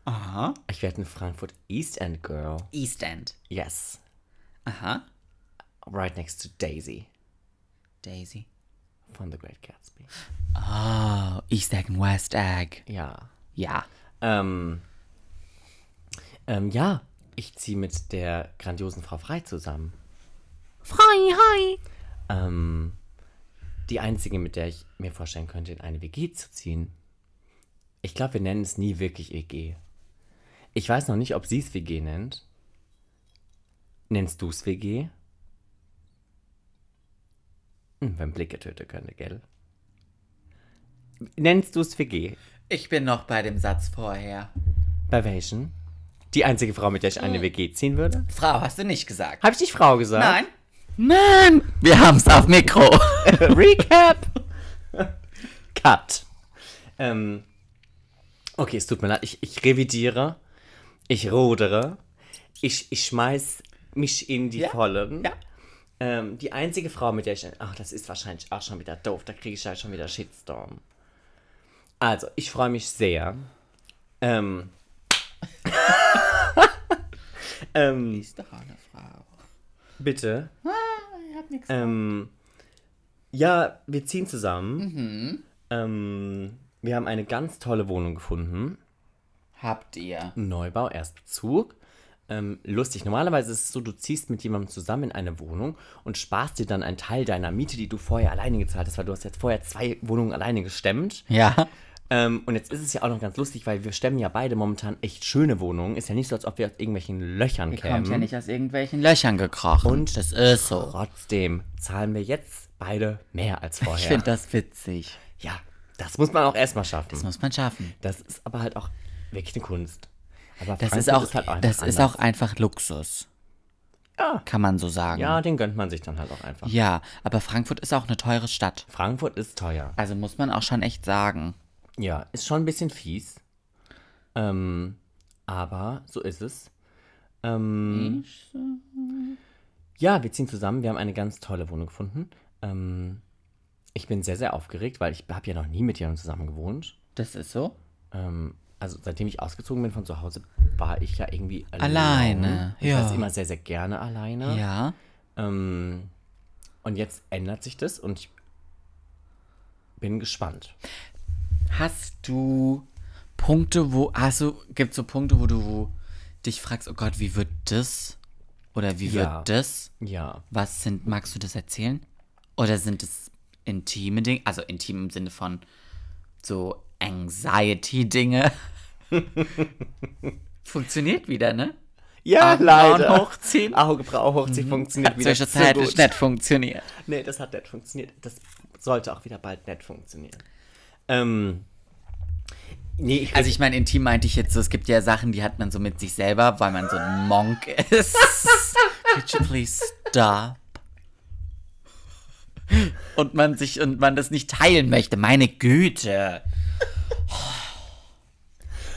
[SPEAKER 2] Aha.
[SPEAKER 3] Ich werde ein Frankfurt East End Girl.
[SPEAKER 2] East End.
[SPEAKER 3] Yes.
[SPEAKER 2] Aha.
[SPEAKER 3] Right next to Daisy
[SPEAKER 2] Daisy.
[SPEAKER 3] von The Great Gatsby.
[SPEAKER 2] Oh, East Egg und West Egg.
[SPEAKER 3] Ja.
[SPEAKER 2] Ja.
[SPEAKER 3] Ähm, ähm, ja, ich ziehe mit der grandiosen Frau Frei zusammen. Frei, hi. Ähm, die einzige, mit der ich mir vorstellen könnte, in eine WG zu ziehen. Ich glaube, wir nennen es nie wirklich WG. Ich weiß noch nicht, ob sie es WG nennt. Nennst du es WG? Hm, wenn Blicke töten könnte, gell? Nennst du es WG?
[SPEAKER 2] Ich bin noch bei dem Satz vorher.
[SPEAKER 3] Bei welchen? Die einzige Frau, mit der ich
[SPEAKER 2] Hm.
[SPEAKER 3] eine WG ziehen würde?
[SPEAKER 2] Frau, hast du nicht gesagt?
[SPEAKER 3] Habe ich nicht Frau gesagt?
[SPEAKER 2] Nein. Nein. Wir haben's auf Mikro.
[SPEAKER 3] Recap! [LAUGHS] Cut. Ähm, okay, es tut mir leid. Ich, ich revidiere. Ich rodere. Ich, ich schmeiß mich in die
[SPEAKER 2] Ja,
[SPEAKER 3] Vollen.
[SPEAKER 2] ja.
[SPEAKER 3] Ähm, die einzige Frau, mit der ich. Ach, das ist wahrscheinlich auch schon wieder doof. Da kriege ich ja schon wieder Shitstorm. Also, ich freue mich sehr. Ähm. ähm.
[SPEAKER 2] Ist doch eine Frau.
[SPEAKER 3] Bitte.
[SPEAKER 2] Ah,
[SPEAKER 3] ähm, ja, wir ziehen zusammen.
[SPEAKER 2] Mhm.
[SPEAKER 3] Ähm, wir haben eine ganz tolle Wohnung gefunden.
[SPEAKER 2] Habt ihr?
[SPEAKER 3] Neubau, Erstbezug. Ähm, lustig, normalerweise ist es so, du ziehst mit jemandem zusammen in eine Wohnung und sparst dir dann einen Teil deiner Miete, die du vorher alleine gezahlt hast, weil du hast jetzt vorher zwei Wohnungen alleine gestemmt.
[SPEAKER 2] Ja.
[SPEAKER 3] Ähm, und jetzt ist es ja auch noch ganz lustig, weil wir stemmen ja beide momentan echt schöne Wohnungen. Ist ja nicht so, als ob wir aus irgendwelchen Löchern kämen.
[SPEAKER 2] Kommt ja nicht aus irgendwelchen Löchern gekrochen. Und das ist so.
[SPEAKER 3] Trotzdem zahlen wir jetzt beide mehr als vorher.
[SPEAKER 2] Ich finde das witzig.
[SPEAKER 3] ja, das muss man auch erstmal schaffen.
[SPEAKER 2] Das muss man schaffen.
[SPEAKER 3] Das ist aber halt auch wirklich eine Kunst. Aber
[SPEAKER 2] Das ist
[SPEAKER 3] Frankfurt
[SPEAKER 2] auch,
[SPEAKER 3] halt einfach
[SPEAKER 2] das ist
[SPEAKER 3] anders.
[SPEAKER 2] auch einfach Luxus.
[SPEAKER 3] Ja.
[SPEAKER 2] Kann man so sagen.
[SPEAKER 3] Ja, den gönnt man sich dann halt auch einfach.
[SPEAKER 2] ja, aber Frankfurt ist auch eine teure Stadt.
[SPEAKER 3] Frankfurt ist teuer.
[SPEAKER 2] Also muss man auch schon echt sagen.
[SPEAKER 3] Ja, ist schon ein bisschen fies. Ähm, aber so ist es. Ähm, ja, wir ziehen zusammen. Wir haben eine ganz tolle Wohnung gefunden. Ähm, ich bin sehr, sehr aufgeregt, weil ich habe ja noch nie mit jemandem zusammen gewohnt.
[SPEAKER 2] Das ist so.
[SPEAKER 3] Ähm, also seitdem ich ausgezogen bin von zu Hause, war ich ja irgendwie
[SPEAKER 2] Alleine,
[SPEAKER 3] Ich
[SPEAKER 2] ja.
[SPEAKER 3] war immer sehr, sehr gerne alleine.
[SPEAKER 2] Ja.
[SPEAKER 3] Ähm, und jetzt ändert sich das und ich bin gespannt.
[SPEAKER 2] Hast du Punkte, wo. Hast du. Gibt so Punkte, wo du wo dich fragst, oh Gott, wie wird das? Oder wie
[SPEAKER 3] Ja.
[SPEAKER 2] wird das?
[SPEAKER 3] Ja.
[SPEAKER 2] Was sind. Magst du das erzählen? Oder sind es intime Dinge? Also intim im Sinne von so Anxiety-Dinge. [LAUGHS] Funktioniert wieder, ne?
[SPEAKER 3] Ja,
[SPEAKER 2] Augenbrauen hochziehen. Mhm.
[SPEAKER 3] Augenbrauen hochziehen funktioniert
[SPEAKER 2] Hat
[SPEAKER 3] wieder
[SPEAKER 2] solche Zeit
[SPEAKER 3] zu
[SPEAKER 2] ist
[SPEAKER 3] gut.
[SPEAKER 2] nicht funktioniert.
[SPEAKER 3] Nee, das hat nicht funktioniert. Das sollte auch wieder bald nicht funktionieren. Ähm, nee, ich,
[SPEAKER 2] Also ich meine, intim meinte ich jetzt so, es gibt ja Sachen, die hat man so mit sich selber, weil man so ein Monk [LAUGHS] ist. Could you please stop? Und man sich und man das nicht teilen möchte. Meine Güte.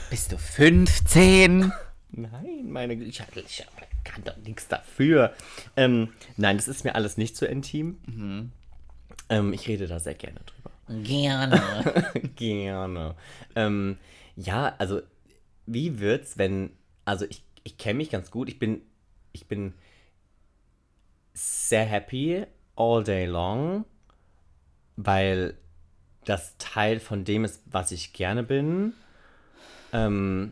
[SPEAKER 2] Bist du 15?
[SPEAKER 3] nein, meine Güte, ich, hab- ich hab- kann doch nichts dafür. Ähm, nein, das ist mir alles nicht so intim. Ähm, ich rede da sehr gerne drüber.
[SPEAKER 2] Gerne.
[SPEAKER 3] Gerne. Ähm, ja, also wie wird's, wenn, also ich, ich kenne mich ganz gut, ich bin, ich bin sehr happy all day long, weil das Teil von dem ist, was ich gerne bin. Ähm,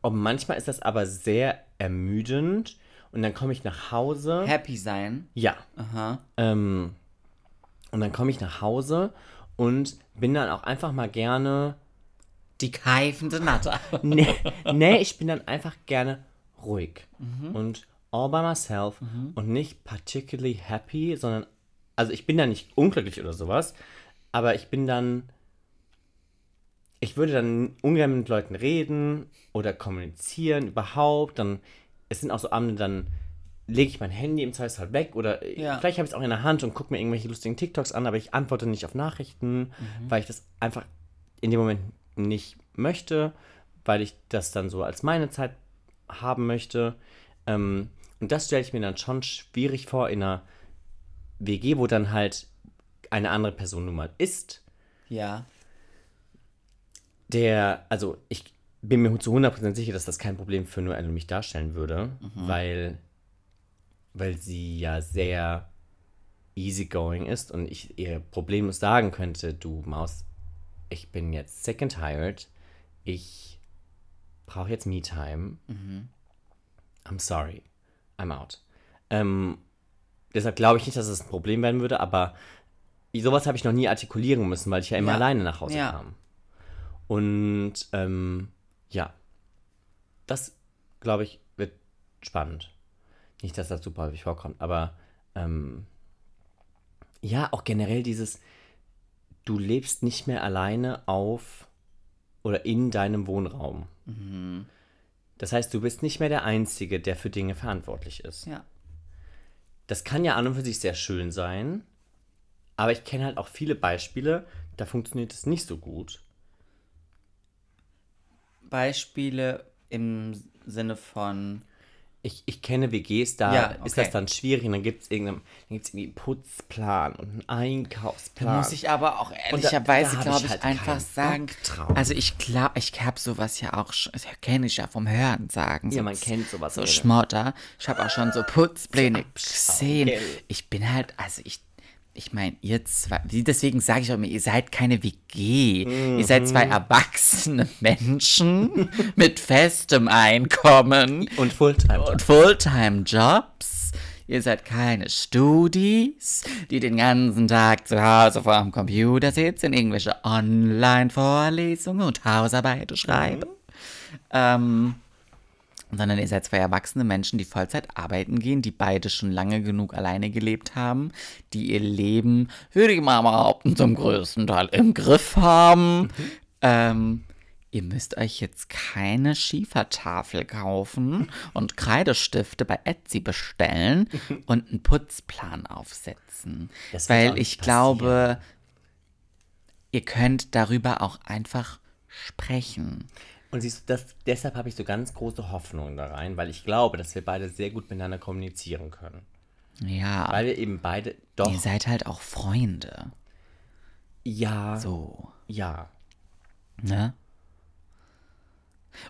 [SPEAKER 3] und manchmal ist das aber sehr ermüdend und dann komme ich nach Hause.
[SPEAKER 2] Happy sein.
[SPEAKER 3] ja.
[SPEAKER 2] Aha.
[SPEAKER 3] Ähm, und dann komme ich nach Hause und bin dann auch einfach mal gerne
[SPEAKER 2] Die keifende Natter.
[SPEAKER 3] nee, nee, ich bin dann einfach gerne ruhig und all by myself und nicht particularly happy, sondern, also ich bin dann nicht unglücklich oder sowas, aber ich bin dann, ich würde dann ungern mit Leuten reden oder kommunizieren überhaupt, dann, es sind auch so Abende, dann lege ich mein Handy im Zweifelsfall weg oder
[SPEAKER 2] Ja.
[SPEAKER 3] vielleicht habe ich es auch in der Hand und gucke mir irgendwelche lustigen TikToks an, aber ich antworte nicht auf Nachrichten, weil ich das einfach in dem Moment nicht möchte, weil ich das dann so als meine Zeit haben möchte. Ähm, und das stelle ich mir dann schon schwierig vor in einer WG, wo dann halt eine andere Person nun mal ist.
[SPEAKER 2] Ja.
[SPEAKER 3] Der, also ich bin mir zu 100% sicher, dass das kein Problem für Noelle und mich darstellen würde, weil, weil sie ja sehr easygoing ist und ich ihr problemlos sagen könnte, du Maus, ich bin jetzt sick and tired, ich brauche jetzt Me-Time, I'm sorry, I'm out. Ähm, deshalb glaube ich nicht, dass es ein Problem werden würde, aber sowas habe ich noch nie artikulieren müssen, weil ich ja immer
[SPEAKER 2] Ja.
[SPEAKER 3] alleine nach Hause
[SPEAKER 2] Ja.
[SPEAKER 3] kam. Und ähm, ja, das glaube ich wird spannend. Nicht, dass das super häufig vorkommt, aber ähm, ja, auch generell dieses, du lebst nicht mehr alleine auf oder in deinem Wohnraum.
[SPEAKER 2] Mhm.
[SPEAKER 3] Das heißt, du bist nicht mehr der Einzige, der für Dinge verantwortlich ist.
[SPEAKER 2] Ja.
[SPEAKER 3] Das kann ja an und für sich sehr schön sein, aber ich kenne halt auch viele Beispiele, da funktioniert es nicht so gut.
[SPEAKER 2] Beispiele im Sinne von
[SPEAKER 3] Ich, ich kenne WGs, da
[SPEAKER 2] Ja,
[SPEAKER 3] ist
[SPEAKER 2] okay.
[SPEAKER 3] das dann schwierig und dann gibt es irgendeinen dann gibt's irgendwie einen Putzplan und einen Einkaufsplan.
[SPEAKER 2] Muss ich aber auch
[SPEAKER 3] da
[SPEAKER 2] ehrlicherweise,
[SPEAKER 3] hab
[SPEAKER 2] glaube
[SPEAKER 3] ich
[SPEAKER 2] ich,
[SPEAKER 3] halt
[SPEAKER 2] einfach
[SPEAKER 3] keinen
[SPEAKER 2] sagen.
[SPEAKER 3] Bock drauf.
[SPEAKER 2] Also ich glaube, ich habe sowas ja auch, sch- das kenne ich ja vom Hören sagen.
[SPEAKER 3] Ja, man
[SPEAKER 2] z-
[SPEAKER 3] kennt sowas,
[SPEAKER 2] So
[SPEAKER 3] ja.
[SPEAKER 2] Schmotter. Ich habe auch schon so Putzpläne gesehen.
[SPEAKER 3] gell.
[SPEAKER 2] Ich bin halt, also ich, ich meine, ihr zwei, wie- deswegen sage ich auch immer, ihr seid keine WG. Ihr seid
[SPEAKER 3] Mhm.
[SPEAKER 2] zwei erwachsene Menschen [LAUGHS] mit festem Einkommen
[SPEAKER 3] und Fulltime.
[SPEAKER 2] und Fulltime-Jobs. Ihr seid keine Studis, die den ganzen Tag zu Hause vor dem Computer sitzen, irgendwelche Online-Vorlesungen und Hausarbeiten schreiben. Ähm, sondern ihr seid zwei erwachsene Menschen, die Vollzeit arbeiten gehen, die beide schon lange genug alleine gelebt haben, die ihr Leben, würde ich mal behaupten, zum größten Teil im Griff haben.
[SPEAKER 3] Mhm.
[SPEAKER 2] Ähm, ihr müsst euch jetzt keine Schiefertafel
[SPEAKER 3] [LAUGHS]
[SPEAKER 2] kaufen und Kreidestifte bei Etsy bestellen und einen Putzplan aufsetzen.
[SPEAKER 3] Das wird auch
[SPEAKER 2] weil
[SPEAKER 3] nicht
[SPEAKER 2] ich glaube, ihr könnt darüber auch einfach sprechen.
[SPEAKER 3] Und siehst du, das, deshalb habe ich so ganz große Hoffnung da rein, weil ich glaube, dass wir beide sehr gut miteinander kommunizieren können.
[SPEAKER 2] Ja,
[SPEAKER 3] Weil wir eben beide doch.
[SPEAKER 2] ihr seid halt auch Freunde.
[SPEAKER 3] Ja.
[SPEAKER 2] So.
[SPEAKER 3] Ja.
[SPEAKER 2] Ne?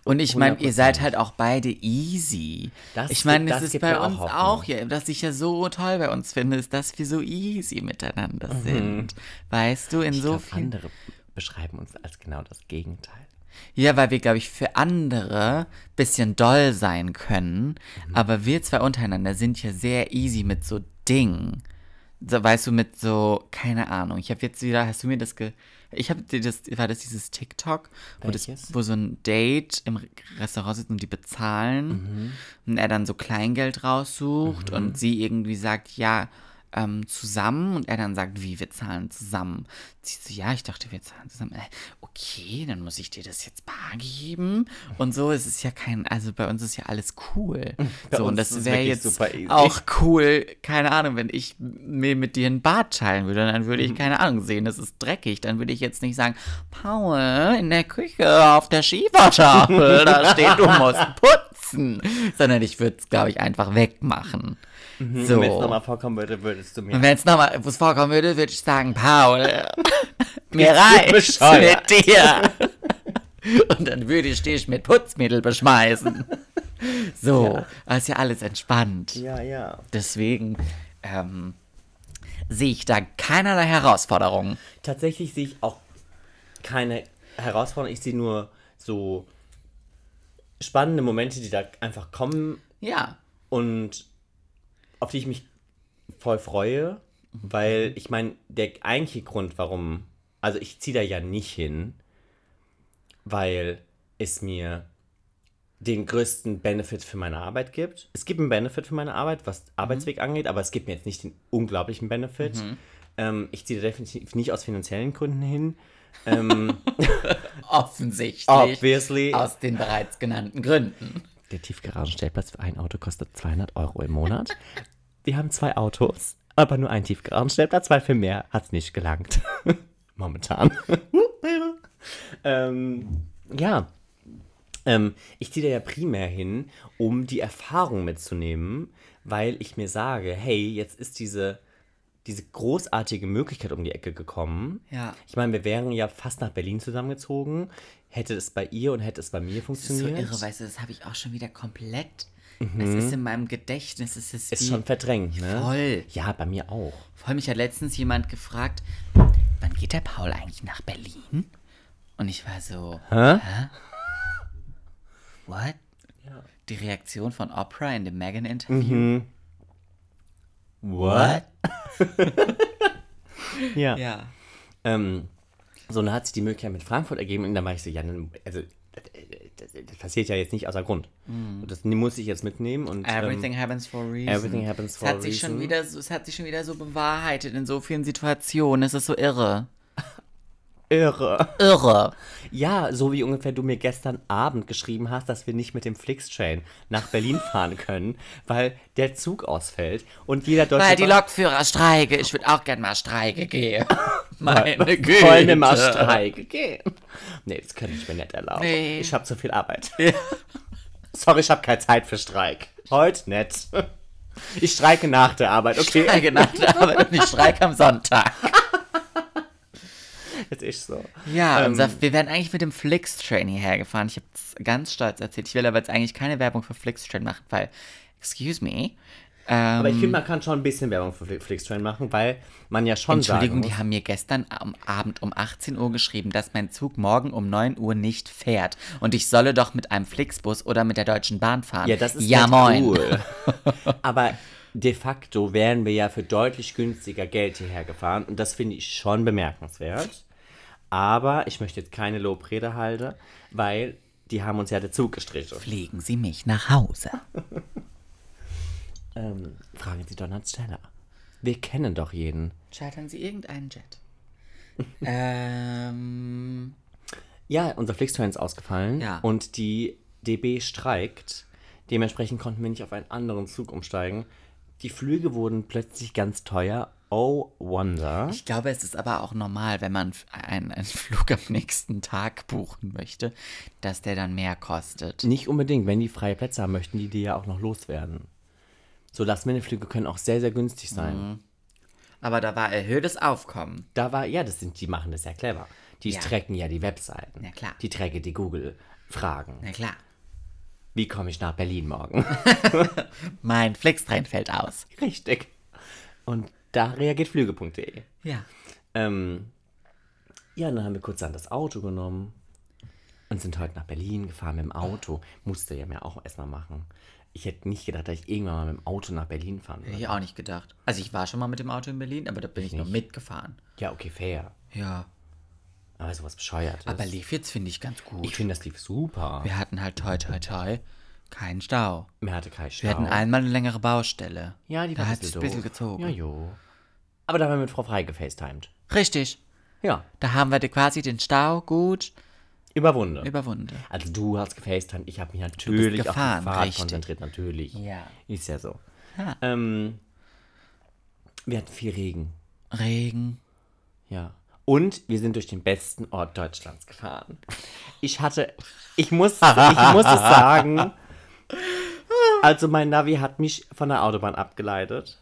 [SPEAKER 2] Und ich meine, ihr
[SPEAKER 3] 100%.
[SPEAKER 2] seid halt auch beide easy.
[SPEAKER 3] Das
[SPEAKER 2] ich meine,
[SPEAKER 3] gibt-
[SPEAKER 2] das
[SPEAKER 3] das
[SPEAKER 2] ist
[SPEAKER 3] gibt
[SPEAKER 2] bei
[SPEAKER 3] mir auch
[SPEAKER 2] uns auch,
[SPEAKER 3] Hoffnung.
[SPEAKER 2] hier, was ich ja so toll bei uns finde, ist, dass wir so easy miteinander sind. Weißt du, in
[SPEAKER 3] Mhm. Ich
[SPEAKER 2] so
[SPEAKER 3] glaub,
[SPEAKER 2] vielen
[SPEAKER 3] andere beschreiben uns als genau das Gegenteil.
[SPEAKER 2] Ja, weil wir, glaube ich, für andere bisschen doll sein können.
[SPEAKER 3] Mhm.
[SPEAKER 2] Aber wir zwei untereinander sind ja sehr easy mit so Dingen. So, weißt du, mit so, keine Ahnung. Ich habe jetzt wieder, hast du mir das ge. Ich habe dir das, war das dieses TikTok, wo, das,
[SPEAKER 3] Welches?
[SPEAKER 2] wo so ein Date im Re- Restaurant sitzt und die
[SPEAKER 3] Mhm.
[SPEAKER 2] bezahlen und er dann so Kleingeld raussucht und sie irgendwie sagt, ja, ähm, zusammen und er dann sagt, wie wir zahlen zusammen. Sie so, ja, ich dachte, wir zahlen zusammen. Äh, okay, dann muss ich dir das jetzt bar geben. Und so es ist ja kein, also bei uns ist ja alles cool.
[SPEAKER 3] [LAUGHS] Bei
[SPEAKER 2] so, und
[SPEAKER 3] uns
[SPEAKER 2] das
[SPEAKER 3] ist es
[SPEAKER 2] wäre
[SPEAKER 3] wirklich
[SPEAKER 2] jetzt
[SPEAKER 3] super easy.
[SPEAKER 2] auch cool, keine Ahnung, wenn ich mir mit dir ein Bad teilen würde, dann würde ich,
[SPEAKER 3] Mhm.
[SPEAKER 2] keine Ahnung, sehen, das ist dreckig. Dann würde ich jetzt nicht sagen, Paul, in der Küche auf der Schiefertafel, da steht, du
[SPEAKER 3] [LAUGHS]
[SPEAKER 2] musst putzen. Sondern ich würde es, glaube ich, einfach wegmachen. So.
[SPEAKER 3] Wenn es nochmal vorkommen würde, würdest du mir.
[SPEAKER 2] Und wenn es nochmal was vorkommen würde, würde ich sagen,
[SPEAKER 3] [LAUGHS]
[SPEAKER 2] Paul, mir reicht's
[SPEAKER 3] bescheuert.
[SPEAKER 2] mit dir. Und dann würde ich dich mit Putzmittel
[SPEAKER 3] [LAUGHS]
[SPEAKER 2] beschmeißen. So, also ist ja alles entspannt.
[SPEAKER 3] Ja, ja.
[SPEAKER 2] Deswegen ähm, sehe ich da keinerlei Herausforderungen.
[SPEAKER 3] Tatsächlich sehe ich auch keine Herausforderung. Ich sehe nur so spannende Momente, die da einfach kommen
[SPEAKER 2] Ja.
[SPEAKER 3] und auf die ich mich voll freue, weil ich meine, der eigentliche Grund, warum, also ich ziehe da ja nicht hin, weil es mir den größten Benefit für meine Arbeit gibt. Es gibt einen Benefit für meine Arbeit, was Arbeitsweg angeht, aber es gibt mir jetzt nicht den unglaublichen Benefit. Ähm, ich ziehe da definitiv nicht aus finanziellen Gründen hin.
[SPEAKER 2] Offensichtlich.
[SPEAKER 3] Obviously.
[SPEAKER 2] Aus den bereits genannten Gründen.
[SPEAKER 3] Der Tiefgaragenstellplatz für ein Auto kostet 200 Euro im Monat. Wir haben zwei Autos, aber nur einen Tiefgaragenstellplatz, weil für mehr hat es nicht gelangt. [LAUGHS] Momentan. [LAUGHS] ähm, ja. Ähm, ich ziehe da ja primär hin, um die Erfahrung mitzunehmen, weil ich mir sage, hey, jetzt ist diese, diese großartige Möglichkeit um die Ecke gekommen.
[SPEAKER 2] Ja.
[SPEAKER 3] Ich meine, wir wären ja fast nach Berlin zusammengezogen. Hätte es bei ihr und hätte es bei mir
[SPEAKER 2] Das ist so
[SPEAKER 3] funktioniert.
[SPEAKER 2] irre, weißt du, das habe ich auch schon wieder komplett. Es ist in meinem Gedächtnis, es ist,
[SPEAKER 3] Ist
[SPEAKER 2] wie,
[SPEAKER 3] schon verdrängt, ne?
[SPEAKER 2] Voll.
[SPEAKER 3] Ja, bei mir auch.
[SPEAKER 2] Vor allem, mich hat letztens jemand gefragt, wann geht der Paul eigentlich nach Berlin? Und ich war so,
[SPEAKER 3] Hä?
[SPEAKER 2] what?
[SPEAKER 3] Ja. Mhm.
[SPEAKER 2] Die Reaktion von Oprah in dem Megan-Interview.
[SPEAKER 3] What? ja.
[SPEAKER 2] Ja.
[SPEAKER 3] Ähm, so, dann hat sich die Möglichkeit mit Frankfurt ergeben und dann war ich so, ja, dann, also, das, das passiert ja jetzt nicht außer Grund. Und Das ne, muss ich jetzt mitnehmen und.
[SPEAKER 2] Mhm. Everything
[SPEAKER 3] Ähm,
[SPEAKER 2] happens for a reason.
[SPEAKER 3] everything happens for
[SPEAKER 2] es hat
[SPEAKER 3] a
[SPEAKER 2] sich schon
[SPEAKER 3] reason.
[SPEAKER 2] wieder so, Es hat sich schon wieder so bewahrheitet in so vielen Situationen. Es ist so irre.
[SPEAKER 3] irre.
[SPEAKER 2] Irre.
[SPEAKER 3] Ja, so wie ungefähr du mir gestern Abend geschrieben hast, dass wir nicht mit dem Flixtrain nach Berlin fahren können, weil der Zug ausfällt und jeder deutsche.
[SPEAKER 2] Weil die
[SPEAKER 3] Bahn-
[SPEAKER 2] Lokführer streike. Ich würde auch gern mal streike gehen. [LAUGHS] Meine Güte. [LAUGHS]
[SPEAKER 3] Freunde mal Streik. Okay. Nee, das kann ich mir nicht erlauben.
[SPEAKER 2] Nee.
[SPEAKER 3] Ich habe zu viel Arbeit. [LAUGHS] Sorry, ich habe keine Zeit für Streik. Heute nicht. Ich streike nach der Arbeit, okay?
[SPEAKER 2] Streike nach der Arbeit und ich streike am Sonntag.
[SPEAKER 3] Jetzt [LAUGHS] ist so.
[SPEAKER 2] Ja, unser, wir wären eigentlich mit dem Flix-Train hierher gefahren. Ich habe es ganz stolz erzählt. Ich will aber jetzt eigentlich keine Werbung für Flix-Train machen, weil, excuse me. Ähm,
[SPEAKER 3] Aber ich finde, man kann schon ein bisschen Werbung für Fli- Flixtrain machen, weil man ja schon
[SPEAKER 2] Entschuldigung,
[SPEAKER 3] sagen
[SPEAKER 2] die haben mir gestern am Abend um 18 Uhr geschrieben, dass mein Zug morgen um 9 Uhr nicht fährt. Und ich solle doch mit einem Flixbus oder mit der Deutschen Bahn fahren. [LAUGHS]
[SPEAKER 3] Ja, das ist
[SPEAKER 2] ja,
[SPEAKER 3] nicht
[SPEAKER 2] moin.
[SPEAKER 3] cool. Aber de facto wären wir ja für deutlich günstiger Geld hierher gefahren und das finde ich schon bemerkenswert. Aber ich möchte jetzt keine Lobrede halten, weil die haben uns ja dazu gestrichen.
[SPEAKER 2] Legen Sie mich nach Hause.
[SPEAKER 3] Ähm, fragen Sie Donald Steller. Wir kennen doch jeden.
[SPEAKER 2] Chartern Sie irgendeinen Jet. [LAUGHS] ähm,
[SPEAKER 3] Ja, unser Flixtrain ist ausgefallen
[SPEAKER 2] Ja.
[SPEAKER 3] und die DB streikt. Dementsprechend konnten wir nicht auf einen anderen Zug umsteigen. Die Flüge wurden plötzlich ganz teuer. Oh, wonder.
[SPEAKER 2] ich glaube, es ist aber auch normal, wenn man einen, einen Flug am nächsten Tag buchen möchte, dass der dann mehr kostet.
[SPEAKER 3] Nicht unbedingt, wenn die freie Plätze haben, möchten die die ja auch noch loswerden. So Last-Minute-Flüge können auch sehr, sehr günstig sein.
[SPEAKER 2] Mhm. Aber da war erhöhtes Aufkommen.
[SPEAKER 3] Da war, ja, das sind, die machen das ja clever. Die
[SPEAKER 2] Ja.
[SPEAKER 3] tracken ja die Webseiten.
[SPEAKER 2] Na klar.
[SPEAKER 3] Die tracken die Google-Fragen.
[SPEAKER 2] Na klar.
[SPEAKER 3] Wie komme ich nach Berlin morgen? [LAUGHS]
[SPEAKER 2] Mein Flixtrain fällt aus.
[SPEAKER 3] Richtig. Und da reagiert flüge.de.
[SPEAKER 2] Ja.
[SPEAKER 3] Ähm, ja, dann haben wir kurz an das Auto genommen und sind heute nach Berlin gefahren mit dem Auto. Musste ja mir auch erstmal machen. Ich hätte nicht gedacht, dass ich irgendwann mal mit dem Auto nach Berlin fahren
[SPEAKER 2] Hätte
[SPEAKER 3] würde.
[SPEAKER 2] ich auch nicht gedacht. Also ich war schon mal mit dem Auto in Berlin, aber da bin ich, nur mitgefahren.
[SPEAKER 3] Ja, okay, fair.
[SPEAKER 2] Ja.
[SPEAKER 3] Aber sowas bescheuertes.
[SPEAKER 2] Aber lief jetzt finde ich ganz gut.
[SPEAKER 3] ich finde, das lief super.
[SPEAKER 2] Wir hatten halt toi toi toi keinen Stau.
[SPEAKER 3] Mir hatte keinen Stau.
[SPEAKER 2] Wir hatten einmal eine längere Baustelle.
[SPEAKER 3] ja, die war
[SPEAKER 2] da
[SPEAKER 3] ein
[SPEAKER 2] hat es
[SPEAKER 3] bisschen,
[SPEAKER 2] ein bisschen
[SPEAKER 3] doof.
[SPEAKER 2] gezogen.
[SPEAKER 3] Ja, jo. Aber da haben wir mit Frau Frei gefacetimed.
[SPEAKER 2] Richtig.
[SPEAKER 3] Ja,
[SPEAKER 2] Da haben wir quasi den Stau gut
[SPEAKER 3] überwunden.
[SPEAKER 2] überwunden.
[SPEAKER 3] also du hast gefacetimed, ich habe mich natürlich auf
[SPEAKER 2] gefahren,
[SPEAKER 3] die Fahrt
[SPEAKER 2] richtig.
[SPEAKER 3] konzentriert, natürlich.
[SPEAKER 2] Ja.
[SPEAKER 3] Ist ja so.
[SPEAKER 2] Ja.
[SPEAKER 3] Ähm, wir hatten viel Regen.
[SPEAKER 2] Regen.
[SPEAKER 3] Ja. Und wir sind durch den besten Ort Deutschlands gefahren. Ich hatte, ich muss, ich muss es sagen, also mein Navi hat mich von der Autobahn abgeleitet.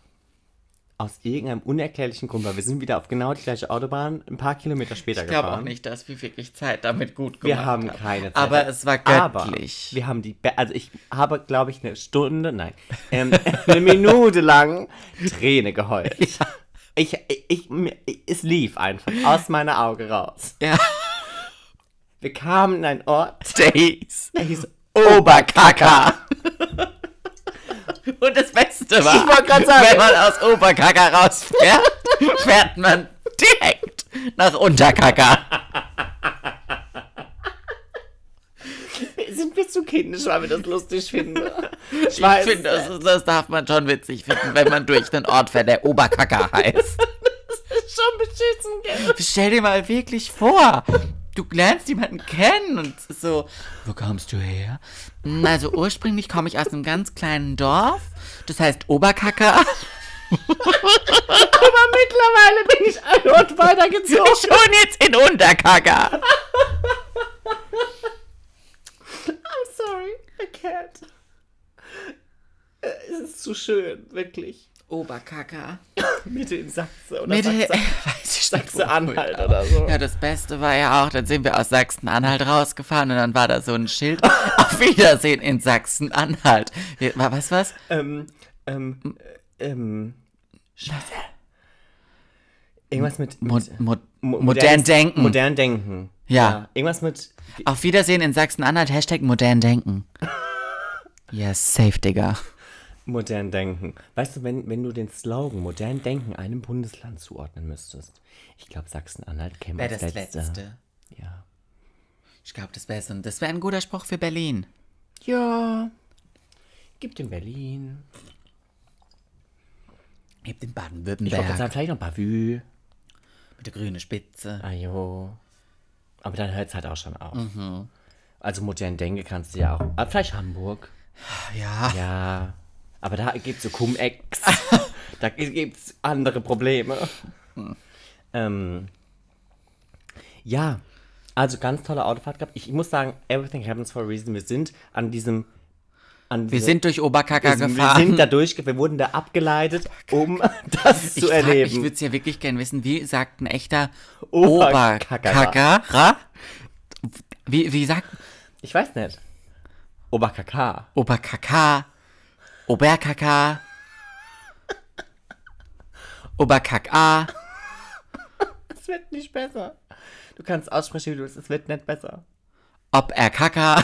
[SPEAKER 3] Aus irgendeinem unerklärlichen Grund, weil wir sind wieder auf genau die gleiche Autobahn ein paar Kilometer später
[SPEAKER 2] Ich glaube
[SPEAKER 3] gefahren.
[SPEAKER 2] auch nicht, dass wir wirklich Zeit damit gut gemacht
[SPEAKER 3] Wir haben keine Zeit.
[SPEAKER 2] Aber es war
[SPEAKER 3] Aber
[SPEAKER 2] göttlich.
[SPEAKER 3] wir haben die, be- also ich habe, glaube ich, eine Stunde, nein, ähm, [LAUGHS] eine Minute lang Träne geheult. Ich, ich, ich, mir- ich, es lief einfach aus meiner Auge raus.
[SPEAKER 2] Ja.
[SPEAKER 3] Wir kamen in einen Ort,
[SPEAKER 2] Days.
[SPEAKER 3] der hieß,
[SPEAKER 2] Oberkacker. [LAUGHS] Und das Beste war,
[SPEAKER 3] Ich wollte gerade sagen.
[SPEAKER 2] wenn man aus Oberkacker rausfährt, fährt man direkt nach Unterkacker.
[SPEAKER 3] sind wir zu kindisch, weil wir das lustig finden. [LAUGHS] Ich, weiß,
[SPEAKER 2] Ich finde, das, ist- das darf man schon witzig finden, wenn man durch einen Ort fährt, der Oberkacker heißt.
[SPEAKER 3] ist schon beschissen, [LAUGHS] gell?
[SPEAKER 2] Stell dir mal wirklich vor, du lernst jemanden kennen und es ist so, wo kommst du her? "Hm, Also ursprünglich komme ich aus einem ganz kleinen Dorf, das heißt Oberkacker.
[SPEAKER 3] Aber mittlerweile bin ich ein Ort weitergezogen.
[SPEAKER 2] Schon jetzt in Unterkacker.
[SPEAKER 3] I'm sorry, I can't. Äh, Es ist zu schön, wirklich.
[SPEAKER 2] Oberkacker.
[SPEAKER 3] Mitte in Sachse oder
[SPEAKER 2] Mitte,
[SPEAKER 3] Sachse,
[SPEAKER 2] [LAUGHS] weiß ich nicht, wo
[SPEAKER 3] Sachse-Anhalt oder so.
[SPEAKER 2] Ja, das Beste war ja auch, dann sind wir aus Sachsen-Anhalt rausgefahren und dann war da so ein [LAUGHS] Schild. Auf Wiedersehen in Sachsen-Anhalt. Wir- War was, was?
[SPEAKER 3] Ähm, ähm, ähm, Scheiße. Irgendwas mit, mit
[SPEAKER 2] Mo mo
[SPEAKER 3] mo-
[SPEAKER 2] modern denken.
[SPEAKER 3] Modern denken.
[SPEAKER 2] Ja.
[SPEAKER 3] Irgendwas mit
[SPEAKER 2] Auf Wiedersehen in Sachsen-Anhalt, Hashtag modern [LAUGHS] denken. Yes, safe, Digga.
[SPEAKER 3] modern denken. Weißt du, wenn, wenn du den Slogan modern denken einem Bundesland zuordnen müsstest, ich glaube Sachsen-Anhalt käme als letzte. Ja.
[SPEAKER 2] Ich glaube, das wäre so ein, das wär ein guter Spruch für Berlin.
[SPEAKER 3] Ja. Gibt in Berlin.
[SPEAKER 2] Hebt in
[SPEAKER 3] Ich wollte gerade
[SPEAKER 2] Baden-Württemberg
[SPEAKER 3] sagen, vielleicht noch Bavü.
[SPEAKER 2] mit der grünen Spitze.
[SPEAKER 3] Ah, Ajo. Aber dann hört es halt auch schon auf. Also modern denke kannst du ja auch. Ah, vielleicht Hamburg.
[SPEAKER 2] Ja.
[SPEAKER 3] Ja. Aber da gibt es so
[SPEAKER 2] [LAUGHS]
[SPEAKER 3] Cum-Ex. da gibt es andere Probleme. ähm, ja. Also ganz tolle Autofahrt gehabt. Ich muss sagen, everything happens for a reason. Wir sind an diesem. An
[SPEAKER 2] Wir sind durch Oberkacker
[SPEAKER 3] wir
[SPEAKER 2] gefahren.
[SPEAKER 3] sind da durchge wir wurden da abgeleitet, um [LAUGHS] das zu
[SPEAKER 2] ich frag-
[SPEAKER 3] erleben.
[SPEAKER 2] Ich würde es ja wirklich gerne wissen, wie sagt ein echter
[SPEAKER 3] Oberkackerer.
[SPEAKER 2] Oberkackerer? Wie, wie sagt
[SPEAKER 3] ich weiß nicht. Oberkaka.
[SPEAKER 2] Oberkacker? Oberkacker? Oberkacker?
[SPEAKER 3] Es wird nicht besser. Du kannst aussprechen, wie du willst. Es wird nicht besser.
[SPEAKER 2] Ob er Kacker?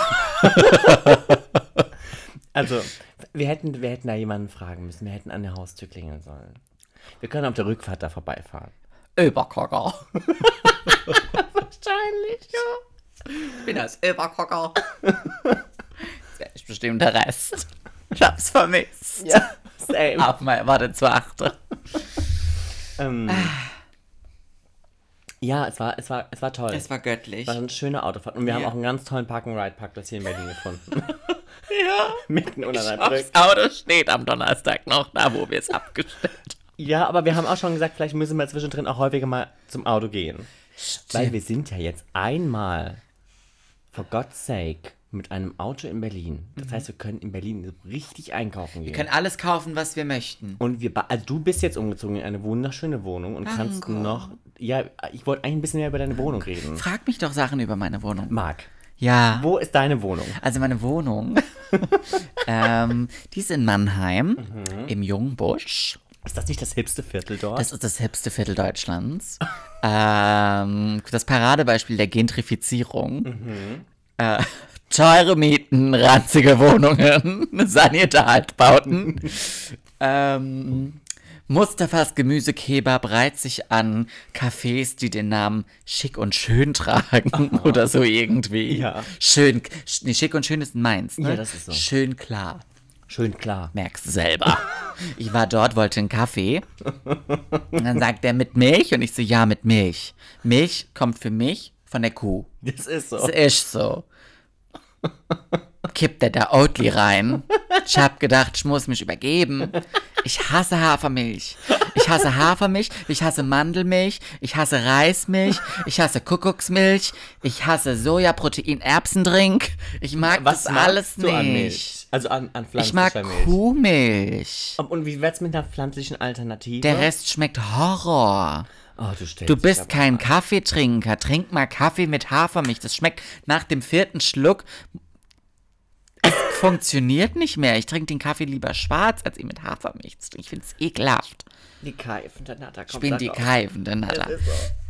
[SPEAKER 3] Also, Wir hätten, wir hätten da jemanden fragen müssen. Wir hätten an der Haustür klingeln sollen. Wir können auf der Rückfahrt da vorbeifahren.
[SPEAKER 2] Überkocker.
[SPEAKER 3] Wahrscheinlich, ja.
[SPEAKER 2] Ich bin das Überkocker. Jetzt ist bestimmt der Rest. Ich hab's vermisst.
[SPEAKER 3] Ja, same.
[SPEAKER 2] Auf mein Warte zu achten.
[SPEAKER 3] Ähm, ja, es war, es war, es war toll. Es
[SPEAKER 2] Es war göttlich.
[SPEAKER 3] war eine schöne Autofahrt. Und wir haben
[SPEAKER 2] Ja.
[SPEAKER 3] auch einen ganz tollen Park-and-Ride-Parkplatz hier in Berlin gefunden.
[SPEAKER 2] [LAUGHS] Ja.
[SPEAKER 3] Mitten unter der Brücke.
[SPEAKER 2] Das Auto steht am Donnerstag noch da, wo wir es abgestellt haben.
[SPEAKER 3] Ja, aber wir haben auch schon gesagt, vielleicht müssen wir zwischendrin auch häufiger mal zum Auto gehen. Weil wir sind ja jetzt einmal, for God's sake, mit einem Auto in Berlin. Das heißt, wir können in Berlin so richtig einkaufen gehen.
[SPEAKER 2] Mhm. Wir können alles kaufen, was wir möchten.
[SPEAKER 3] und wir, ba- also du bist jetzt umgezogen in eine wunderschöne Wohnung und kannst
[SPEAKER 2] Danke.
[SPEAKER 3] noch, ja, ich wollte eigentlich ein bisschen mehr über deine Wohnung reden.
[SPEAKER 2] Frag mich doch Sachen über meine Wohnung.
[SPEAKER 3] Marc,
[SPEAKER 2] Ja.
[SPEAKER 3] wo ist deine Wohnung?
[SPEAKER 2] Also meine Wohnung, [LAUGHS] ähm, die ist in Mannheim, im Jungbusch.
[SPEAKER 3] Ist das nicht das hipste Viertel dort?
[SPEAKER 2] Das ist das hipste Viertel
[SPEAKER 3] [LAUGHS]
[SPEAKER 2] Deutschlands. ähm, das Paradebeispiel der Gentrifizierung.
[SPEAKER 3] Mhm.
[SPEAKER 2] Äh, teure Mieten, ranzige Wohnungen, [LAUGHS] sanierte Altbauten. ähm, Mustafas Gemüsekebab reiht sich an Cafés, die den Namen schick und schön tragen oder so irgendwie.
[SPEAKER 3] Ja.
[SPEAKER 2] Schön, sch- nee, schick und schön ist meins. Ne?
[SPEAKER 3] Ja, das ist so.
[SPEAKER 2] Schön klar.
[SPEAKER 3] Schön klar.
[SPEAKER 2] Merkst selber. Ich war dort, wollte einen Kaffee. Und dann sagt er mit Milch und ich so, ja, mit Milch. Milch kommt für mich von der Kuh.
[SPEAKER 3] Das ist so. [LAUGHS]
[SPEAKER 2] Das ist so. Kippt er da Oatly rein. Ich hab gedacht, ich muss mich übergeben. Ich hasse Hafermilch. Ich hasse Hafermilch, ich hasse Mandelmilch, ich hasse Reismilch, ich hasse Kuckucksmilch, ich hasse Sojaprotein, Erbsendrink. Ich mag
[SPEAKER 3] Was
[SPEAKER 2] das
[SPEAKER 3] magst
[SPEAKER 2] alles
[SPEAKER 3] du
[SPEAKER 2] nicht.
[SPEAKER 3] an Milch? Also an, an
[SPEAKER 2] Ich mag
[SPEAKER 3] pflanzlicher Milch.
[SPEAKER 2] Kuhmilch.
[SPEAKER 3] Und wie wär's mit einer pflanzlichen Alternative?
[SPEAKER 2] Der Rest schmeckt Horror.
[SPEAKER 3] Oh, du, stellst
[SPEAKER 2] Du
[SPEAKER 3] dich
[SPEAKER 2] bist
[SPEAKER 3] aber-
[SPEAKER 2] kein Kaffeetrinker. Trink mal Kaffee mit Hafermilch. Das schmeckt nach dem vierten Schluck. Es funktioniert nicht mehr. Ich trinke den Kaffee lieber schwarz, als ihn mit Hafermilch zu trinken. Ich finde es ekelhaft.
[SPEAKER 3] Die Keifen, dann hat er
[SPEAKER 2] Ich bin die keifende Nala.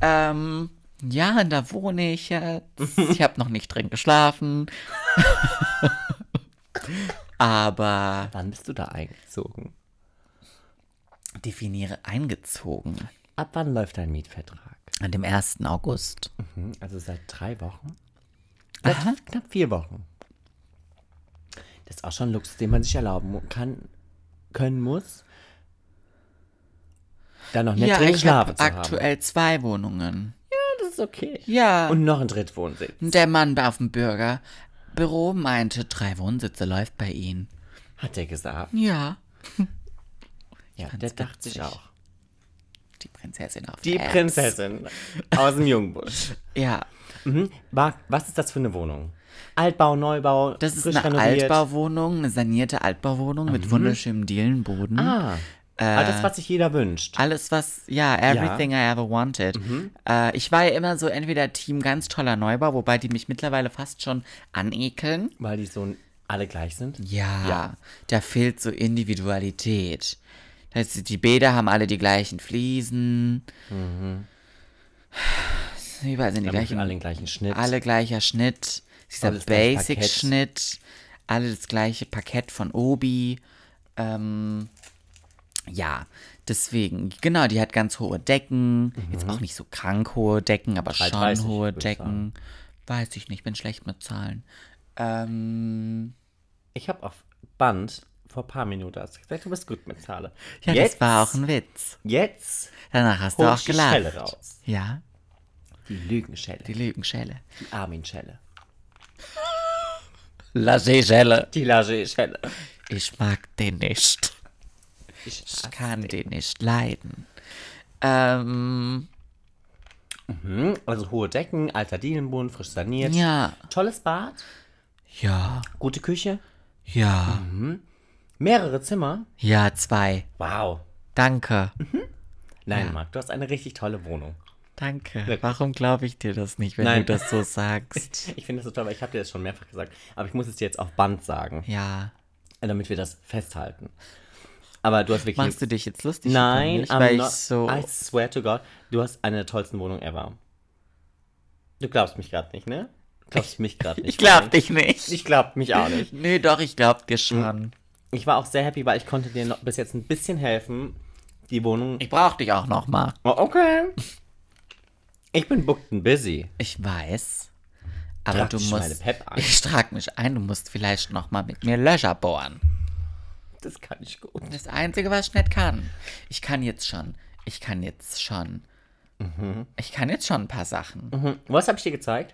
[SPEAKER 2] Ähm, ja, und da wohne ich jetzt. Ich habe noch nicht drin geschlafen. Aber
[SPEAKER 3] Wann bist du da eingezogen?
[SPEAKER 2] definiere eingezogen.
[SPEAKER 3] Ab wann läuft dein Mietvertrag?
[SPEAKER 2] An dem 1. August.
[SPEAKER 3] Hm, Also seit drei Wochen? Seit knapp vier Wochen. Das ist auch schon ein Luxus, den man sich erlauben mu- kann, können muss. Dann noch nicht
[SPEAKER 2] ja,
[SPEAKER 3] drin
[SPEAKER 2] ich
[SPEAKER 3] geschlafen
[SPEAKER 2] habe
[SPEAKER 3] zu haben.
[SPEAKER 2] aktuell zwei Wohnungen.
[SPEAKER 3] Das ist okay.
[SPEAKER 2] Ja. Und
[SPEAKER 3] Und noch ein Drittwohnsitz.
[SPEAKER 2] der Mann auf dem Bürgerbüro meinte, drei Wohnsitze läuft bei Ihnen.
[SPEAKER 3] Hat er gesagt.
[SPEAKER 2] Ja.
[SPEAKER 3] Ja, der dachte sich
[SPEAKER 2] witzig.
[SPEAKER 3] auch. Äh.
[SPEAKER 2] Die Prinzessin auf
[SPEAKER 3] Die
[SPEAKER 2] der Erbs.
[SPEAKER 3] Prinzessin aus dem Jungbusch.
[SPEAKER 2] Ja.
[SPEAKER 3] Marc, was ist das für eine Wohnung? Altbau, Neubau,
[SPEAKER 2] Das ist
[SPEAKER 3] frisch
[SPEAKER 2] eine
[SPEAKER 3] renoviert?
[SPEAKER 2] Altbauwohnung, eine sanierte Altbauwohnung mit wunderschönem Dielenboden.
[SPEAKER 3] Ah,
[SPEAKER 2] Äh.
[SPEAKER 3] das, was sich jeder wünscht.
[SPEAKER 2] Alles, was, ja, everything I ever wanted. Äh, ich war ja immer so entweder Team ganz toller Neubau, wobei die mich mittlerweile fast schon anekeln.
[SPEAKER 3] Weil die so alle gleich sind.
[SPEAKER 2] Ja, da fehlt so Individualität. Das heißt, die Bäder haben alle die gleichen Fliesen.
[SPEAKER 3] Mhm.
[SPEAKER 2] Überall sind die
[SPEAKER 3] Gleich
[SPEAKER 2] gleichen,
[SPEAKER 3] alle
[SPEAKER 2] alle,
[SPEAKER 3] den gleichen Schnitt.
[SPEAKER 2] gleicher Schnitt. Dieser
[SPEAKER 3] Alles gleiche
[SPEAKER 2] Basic-Schnitt. Alle das gleiche Parkett von Obi. Ähm, ja, deswegen, genau, die hat ganz hohe Decken. Jetzt auch nicht so krank hohe Decken, aber schon
[SPEAKER 3] 3,30
[SPEAKER 2] hohe
[SPEAKER 3] würde Mhm. ich
[SPEAKER 2] Decken. Weiß ich nicht, bin schlecht mit Zahlen. Ähm,
[SPEAKER 3] Ich habe auf Band vor ein paar Minuten hast du gesagt, du bist gut mit Zahlen.
[SPEAKER 2] Ja,
[SPEAKER 3] jetzt,
[SPEAKER 2] das war auch ein Witz.
[SPEAKER 3] Jetzt
[SPEAKER 2] Danach hast du
[SPEAKER 3] hol
[SPEAKER 2] auch
[SPEAKER 3] ich die Schelle
[SPEAKER 2] gelacht.
[SPEAKER 3] raus.
[SPEAKER 2] Ja,
[SPEAKER 3] Die Lügenschelle.
[SPEAKER 2] die
[SPEAKER 3] Die
[SPEAKER 2] Lügenschelle.
[SPEAKER 3] Armin-Schelle.
[SPEAKER 2] Laché-Schelle.
[SPEAKER 3] Die Lage-Schelle.
[SPEAKER 2] Ich mag den nicht. Ich kann den nicht leiden. Ähm,
[SPEAKER 3] Also hohe Decken, alter Dielenboden, frisch saniert.
[SPEAKER 2] ja.
[SPEAKER 3] Tolles Bad,
[SPEAKER 2] Ja.
[SPEAKER 3] gute Küche,
[SPEAKER 2] Ja.
[SPEAKER 3] mehrere Zimmer.
[SPEAKER 2] Ja, zwei.
[SPEAKER 3] Wow.
[SPEAKER 2] Danke.
[SPEAKER 3] Nein, Marc, du hast eine richtig tolle Wohnung.
[SPEAKER 2] Danke. Warum glaube ich dir das nicht, wenn
[SPEAKER 3] Nein.
[SPEAKER 2] du das so sagst?
[SPEAKER 3] [LAUGHS] Ich finde das so toll, weil ich habe dir das schon mehrfach gesagt. Aber ich muss es dir jetzt auf Band sagen,
[SPEAKER 2] Ja.
[SPEAKER 3] damit wir das festhalten. Aber du hast wirklich...
[SPEAKER 2] Machst du dich jetzt lustig? über
[SPEAKER 3] Nein,
[SPEAKER 2] mich,
[SPEAKER 3] I'm
[SPEAKER 2] weil
[SPEAKER 3] not,
[SPEAKER 2] ich so.
[SPEAKER 3] I swear to God, du hast eine der tollsten Wohnungen ever. Du glaubst mich gerade nicht, ne? Du glaubst mich gerade nicht.
[SPEAKER 2] Ich glaub dich nicht.
[SPEAKER 3] Ich glaub mich auch nicht. Hm.
[SPEAKER 2] Nö, doch, ich glaub dir schon.
[SPEAKER 3] Ich war auch sehr happy, weil ich konnte dir noch bis jetzt ein bisschen helfen, die Wohnung.
[SPEAKER 2] Ich brauche dich auch noch mal.
[SPEAKER 3] Oh, okay. Ich bin booked and busy.
[SPEAKER 2] Ich weiß. Aber
[SPEAKER 3] Trag
[SPEAKER 2] du
[SPEAKER 3] dich
[SPEAKER 2] musst.
[SPEAKER 3] meine Pep
[SPEAKER 2] [LAUGHS]
[SPEAKER 3] ein.
[SPEAKER 2] Ich trag mich ein. Du musst vielleicht noch mal mit mir Löcher bohren.
[SPEAKER 3] Das kann ich gut.
[SPEAKER 2] Das Einzige, was ich nicht kann. Ich kann jetzt schon. Ich kann jetzt schon. Ich kann jetzt schon ein paar Sachen.
[SPEAKER 3] Mhm. Was habe ich dir gezeigt?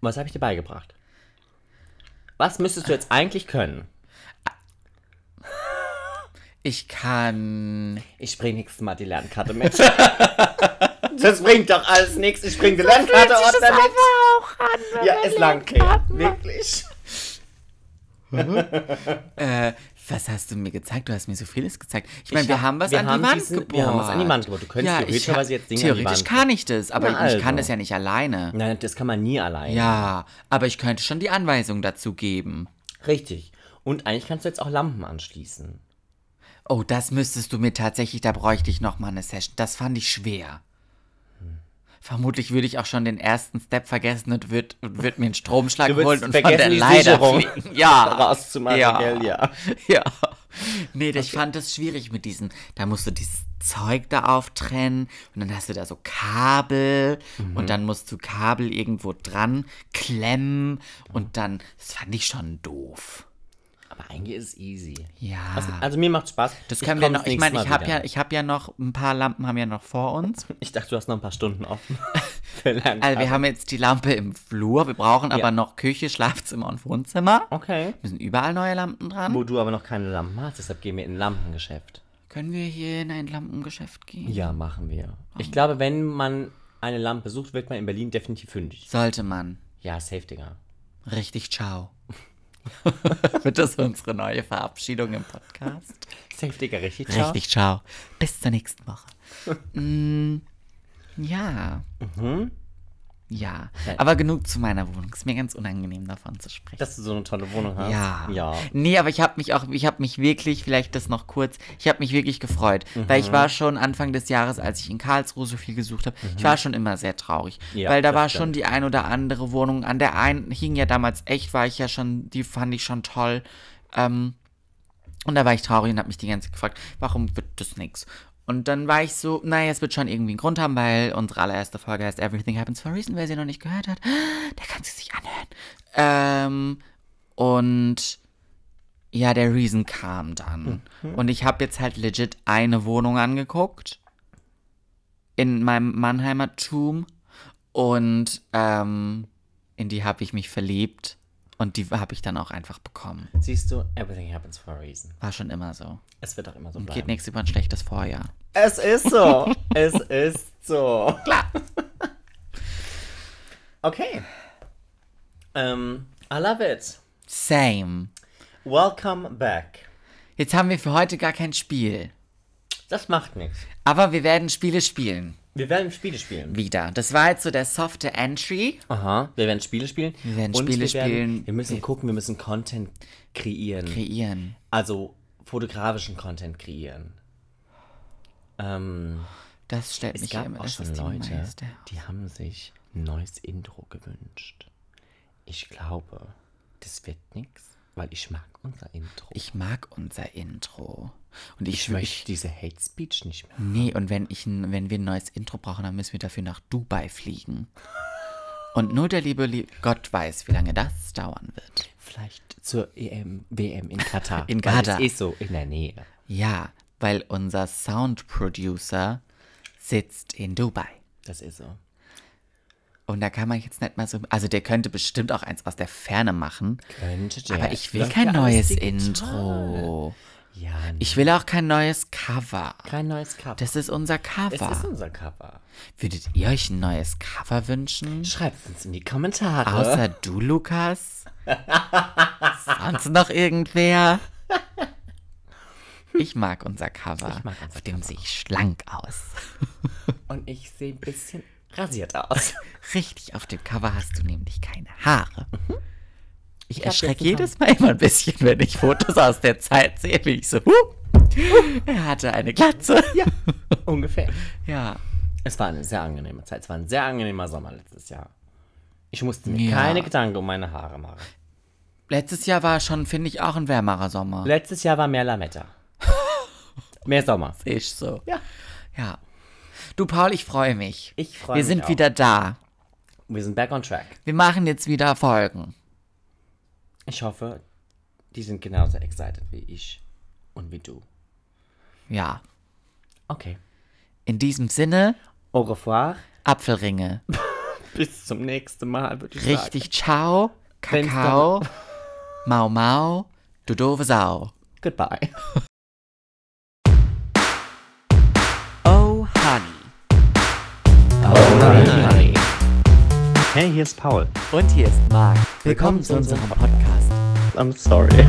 [SPEAKER 3] Was habe ich dir beigebracht? Was müsstest du jetzt eigentlich können?
[SPEAKER 2] Ich kann.
[SPEAKER 3] Ich bringe nächstes Mal die Lernkarte mit. [LAUGHS] das bringt doch alles nichts. Ich bringe die Lernkarte Ordner mit. ja, ist lang. her.
[SPEAKER 2] ne?
[SPEAKER 3] Wirklich.
[SPEAKER 2] Was hast du mir gezeigt? Du hast mir so vieles gezeigt. Ich meine, wir haben was
[SPEAKER 3] wir
[SPEAKER 2] an
[SPEAKER 3] haben
[SPEAKER 2] die Wand
[SPEAKER 3] diesen-
[SPEAKER 2] gebohrt.
[SPEAKER 3] wir haben was an die Wand gebohrt. Du könntest
[SPEAKER 2] ich
[SPEAKER 3] theoretischerweise
[SPEAKER 2] hab-
[SPEAKER 3] jetzt Dinge an die
[SPEAKER 2] Theoretisch
[SPEAKER 3] Wand-
[SPEAKER 2] kann ich das, aber
[SPEAKER 3] Na
[SPEAKER 2] ich kann
[SPEAKER 3] also.
[SPEAKER 2] das ja nicht alleine.
[SPEAKER 3] Nein, das kann man nie allein.
[SPEAKER 2] Ja, aber ich könnte schon die Anweisung dazu geben.
[SPEAKER 3] Richtig. Und eigentlich kannst du jetzt auch Lampen anschließen.
[SPEAKER 2] Oh, das müsstest du mir tatsächlich, da bräuchte ich nochmal eine Session. Das fand ich schwer. Vermutlich würde ich auch schon den ersten Step vergessen und würde würd mir einen Stromschlag
[SPEAKER 3] Du würdest
[SPEAKER 2] holen und von
[SPEAKER 3] vergessen,
[SPEAKER 2] der
[SPEAKER 3] die
[SPEAKER 2] Leiter
[SPEAKER 3] Sicherung
[SPEAKER 2] fliegen.
[SPEAKER 3] [LAUGHS]
[SPEAKER 2] Ja.
[SPEAKER 3] rauszumachen,
[SPEAKER 2] ja.
[SPEAKER 3] gell, Ah. ja.
[SPEAKER 2] [LAUGHS] Ja. Nee, ich fand das schwierig mit diesen. Da musst du dieses Zeug da auftrennen und dann hast du da so Kabel
[SPEAKER 3] Mhm.
[SPEAKER 2] und dann musst du Kabel irgendwo dran klemmen und dann. Das fand ich schon doof.
[SPEAKER 3] Aber eigentlich ist es easy.
[SPEAKER 2] Ja.
[SPEAKER 3] Also, also mir macht Spaß.
[SPEAKER 2] Das können wir
[SPEAKER 3] komm
[SPEAKER 2] noch.
[SPEAKER 3] das
[SPEAKER 2] Ich
[SPEAKER 3] nächste
[SPEAKER 2] meine, ich
[SPEAKER 3] Mal
[SPEAKER 2] habe
[SPEAKER 3] wieder.
[SPEAKER 2] ja, ich habe ja noch ein paar Lampen haben ja noch vor uns.
[SPEAKER 3] Ich dachte, du hast noch ein paar Stunden offen.
[SPEAKER 2] [LAUGHS]
[SPEAKER 3] Für
[SPEAKER 2] Also
[SPEAKER 3] Lernkarte.
[SPEAKER 2] wir haben jetzt die Lampe im Flur. Wir brauchen aber noch Küche, Schlafzimmer und Wohnzimmer.
[SPEAKER 3] okay.
[SPEAKER 2] Müssen überall neue Lampen dran.
[SPEAKER 3] Wo du aber noch keine Lampen hast, deshalb gehen wir in ein Lampengeschäft.
[SPEAKER 2] Können wir hier in ein Lampengeschäft gehen?
[SPEAKER 3] Ja, machen wir. Ich glaube, wenn man eine Lampe sucht, wird man in Berlin definitiv fündig.
[SPEAKER 2] Sollte man.
[SPEAKER 3] Ja, safe, Digga.
[SPEAKER 2] Richtig, ciao. Wird das unsere neue Verabschiedung im Podcast?
[SPEAKER 3] Safe, Digga, richtig. ciao.
[SPEAKER 2] Richtig, ciao. Bis zur nächsten Woche. mm, ja. Ja. Aber genug zu meiner Wohnung. Ist mir ganz unangenehm, davon zu sprechen.
[SPEAKER 3] Dass du so eine tolle Wohnung hast.
[SPEAKER 2] Ja.
[SPEAKER 3] Ja.
[SPEAKER 2] Nee, aber ich habe mich auch, ich habe mich wirklich, vielleicht das noch kurz, ich habe mich wirklich gefreut, weil
[SPEAKER 3] Mhm.
[SPEAKER 2] ich war schon Anfang des Jahres, als ich in Karlsruhe so viel gesucht habe, ich war schon immer sehr traurig,
[SPEAKER 3] Mhm. Ja,
[SPEAKER 2] weil da
[SPEAKER 3] das
[SPEAKER 2] war
[SPEAKER 3] stimmt.
[SPEAKER 2] schon die ein oder andere Wohnung, an der einen hing ja damals echt, war ich ja schon, die fand ich schon toll. Ähm, und da war ich traurig und habe mich die ganze Zeit gefragt, warum wird das nix? Und dann war ich so, naja, es wird schon irgendwie einen Grund haben, weil unsere allererste Folge heißt Everything Happens for a Reason. Wer sie noch nicht gehört hat, [GASPS] der kann sie sich anhören. Ähm, und ja, der Reason kam
[SPEAKER 3] Hm,
[SPEAKER 2] dann. Und ich habe jetzt halt legit eine Wohnung angeguckt. In meinem Mannheimer Tum. Und ähm, in die habe ich mich verliebt. Und die habe ich dann auch einfach bekommen.
[SPEAKER 3] Siehst du, everything happens for a reason.
[SPEAKER 2] War schon immer so.
[SPEAKER 3] Es wird auch immer so
[SPEAKER 2] Geht
[SPEAKER 3] bleiben.
[SPEAKER 2] nichts über ein schlechtes Vorjahr.
[SPEAKER 3] Es ist [LAUGHS] so. es ist so. Klar. Okay. Ähm, I love it.
[SPEAKER 2] Same.
[SPEAKER 3] Welcome back.
[SPEAKER 2] Jetzt haben wir für heute gar kein Spiel.
[SPEAKER 3] Das macht nichts.
[SPEAKER 2] Aber wir werden Spiele spielen.
[SPEAKER 3] Wir werden Spiele spielen.
[SPEAKER 2] Wieder. Das war jetzt so der softe Entry.
[SPEAKER 3] Aha. Wir werden Spiele spielen. Wir
[SPEAKER 2] werden Spiele
[SPEAKER 3] wir
[SPEAKER 2] spielen.
[SPEAKER 3] Wir müssen gucken, wir müssen Content kreieren.
[SPEAKER 2] Kreieren.
[SPEAKER 3] also fotografischen Content kreieren. Ähm,
[SPEAKER 2] Das stellt
[SPEAKER 3] es
[SPEAKER 2] mich
[SPEAKER 3] gab
[SPEAKER 2] immer.
[SPEAKER 3] auch
[SPEAKER 2] Das
[SPEAKER 3] schon
[SPEAKER 2] ist die
[SPEAKER 3] Leute,
[SPEAKER 2] meiste.
[SPEAKER 3] die haben sich ein neues Intro gewünscht. Ich glaube, das wird nix, weil ich mag unser Intro.
[SPEAKER 2] Ich mag unser Intro. Und ich, Hm.
[SPEAKER 3] Ich
[SPEAKER 2] schwöre,
[SPEAKER 3] möchte diese Hate Speech nicht mehr.
[SPEAKER 2] Nee, und wenn, ich, n- wenn wir ein neues Intro brauchen, dann müssen wir dafür nach Dubai fliegen. Und nur der liebe Lie- Gott weiß, wie lange das dauern wird.
[SPEAKER 3] Vielleicht zur E EM, WM in Katar.
[SPEAKER 2] [LAUGHS] In
[SPEAKER 3] weil
[SPEAKER 2] Katar.
[SPEAKER 3] Es ist so in der Nähe.
[SPEAKER 2] Ja, weil unser Sound Producer sitzt in Dubai.
[SPEAKER 3] Das ist so.
[SPEAKER 2] Und da kann man jetzt nicht mal so. Also, der könnte bestimmt auch eins aus der Ferne machen.
[SPEAKER 3] Könnte der.
[SPEAKER 2] Aber ich will
[SPEAKER 3] Läuft
[SPEAKER 2] kein
[SPEAKER 3] ja
[SPEAKER 2] neues
[SPEAKER 3] alles digital.
[SPEAKER 2] Intro.
[SPEAKER 3] Ja,
[SPEAKER 2] Ich will auch kein neues Cover.
[SPEAKER 3] kein neues Cover.
[SPEAKER 2] Das ist unser
[SPEAKER 3] es
[SPEAKER 2] Cover.
[SPEAKER 3] ist unser Cover.
[SPEAKER 2] Würdet ihr euch ein neues Cover wünschen?
[SPEAKER 3] Schreibt uns in die Kommentare.
[SPEAKER 2] Außer du, Lukas? Sonst noch irgendwer? Ich mag unser Cover. Auf dem sehe ich schlank aus.
[SPEAKER 3] Und ich sehe ein bisschen rasiert aus. [LAUGHS]
[SPEAKER 2] Richtig, auf dem Cover hast du nämlich keine Haare. Ich,
[SPEAKER 3] Mhm. Ich hab
[SPEAKER 2] erschrecke
[SPEAKER 3] jetzt ein
[SPEAKER 2] jedes Mal immer ein bisschen, wenn ich Fotos aus der Zeit sehe, bin ich so, huh, er hatte eine Glatze.
[SPEAKER 3] Ja, ungefähr.
[SPEAKER 2] Ja.
[SPEAKER 3] Es war eine sehr angenehme Zeit. Es war ein sehr angenehmer Sommer letztes Jahr. Ich musste mir
[SPEAKER 2] Ja.
[SPEAKER 3] keine Gedanken um meine Haare machen.
[SPEAKER 2] Letztes Jahr war schon, finde ich, auch ein wärmerer Sommer.
[SPEAKER 3] Letztes Jahr war
[SPEAKER 2] [LAUGHS]
[SPEAKER 3] mehr Lametta. mehr Sommer.
[SPEAKER 2] Ist so.
[SPEAKER 3] Ja.
[SPEAKER 2] Ja. Du, Paul, ich freue mich.
[SPEAKER 3] Ich freue
[SPEAKER 2] Wir
[SPEAKER 3] mich.
[SPEAKER 2] sind
[SPEAKER 3] auch.
[SPEAKER 2] wieder da.
[SPEAKER 3] Wir sind back on track.
[SPEAKER 2] Wir machen jetzt wieder Folgen.
[SPEAKER 3] Ich hoffe, die sind genauso excited wie ich und wie du.
[SPEAKER 2] Ja.
[SPEAKER 3] Okay.
[SPEAKER 2] In diesem Sinne,
[SPEAKER 3] Au revoir.
[SPEAKER 2] Apfelringe.
[SPEAKER 3] Bis zum nächsten Mal, würde ich
[SPEAKER 2] Richtig, ciao.
[SPEAKER 3] Wenn's
[SPEAKER 2] Kakao. Mau Mau. Du doofe Sau.
[SPEAKER 3] Goodbye.
[SPEAKER 2] Oh, Honey.
[SPEAKER 3] Hey, hier ist Paul.
[SPEAKER 1] Und hier ist Marc. Willkommen zu unserem Podcast.
[SPEAKER 3] I'm sorry.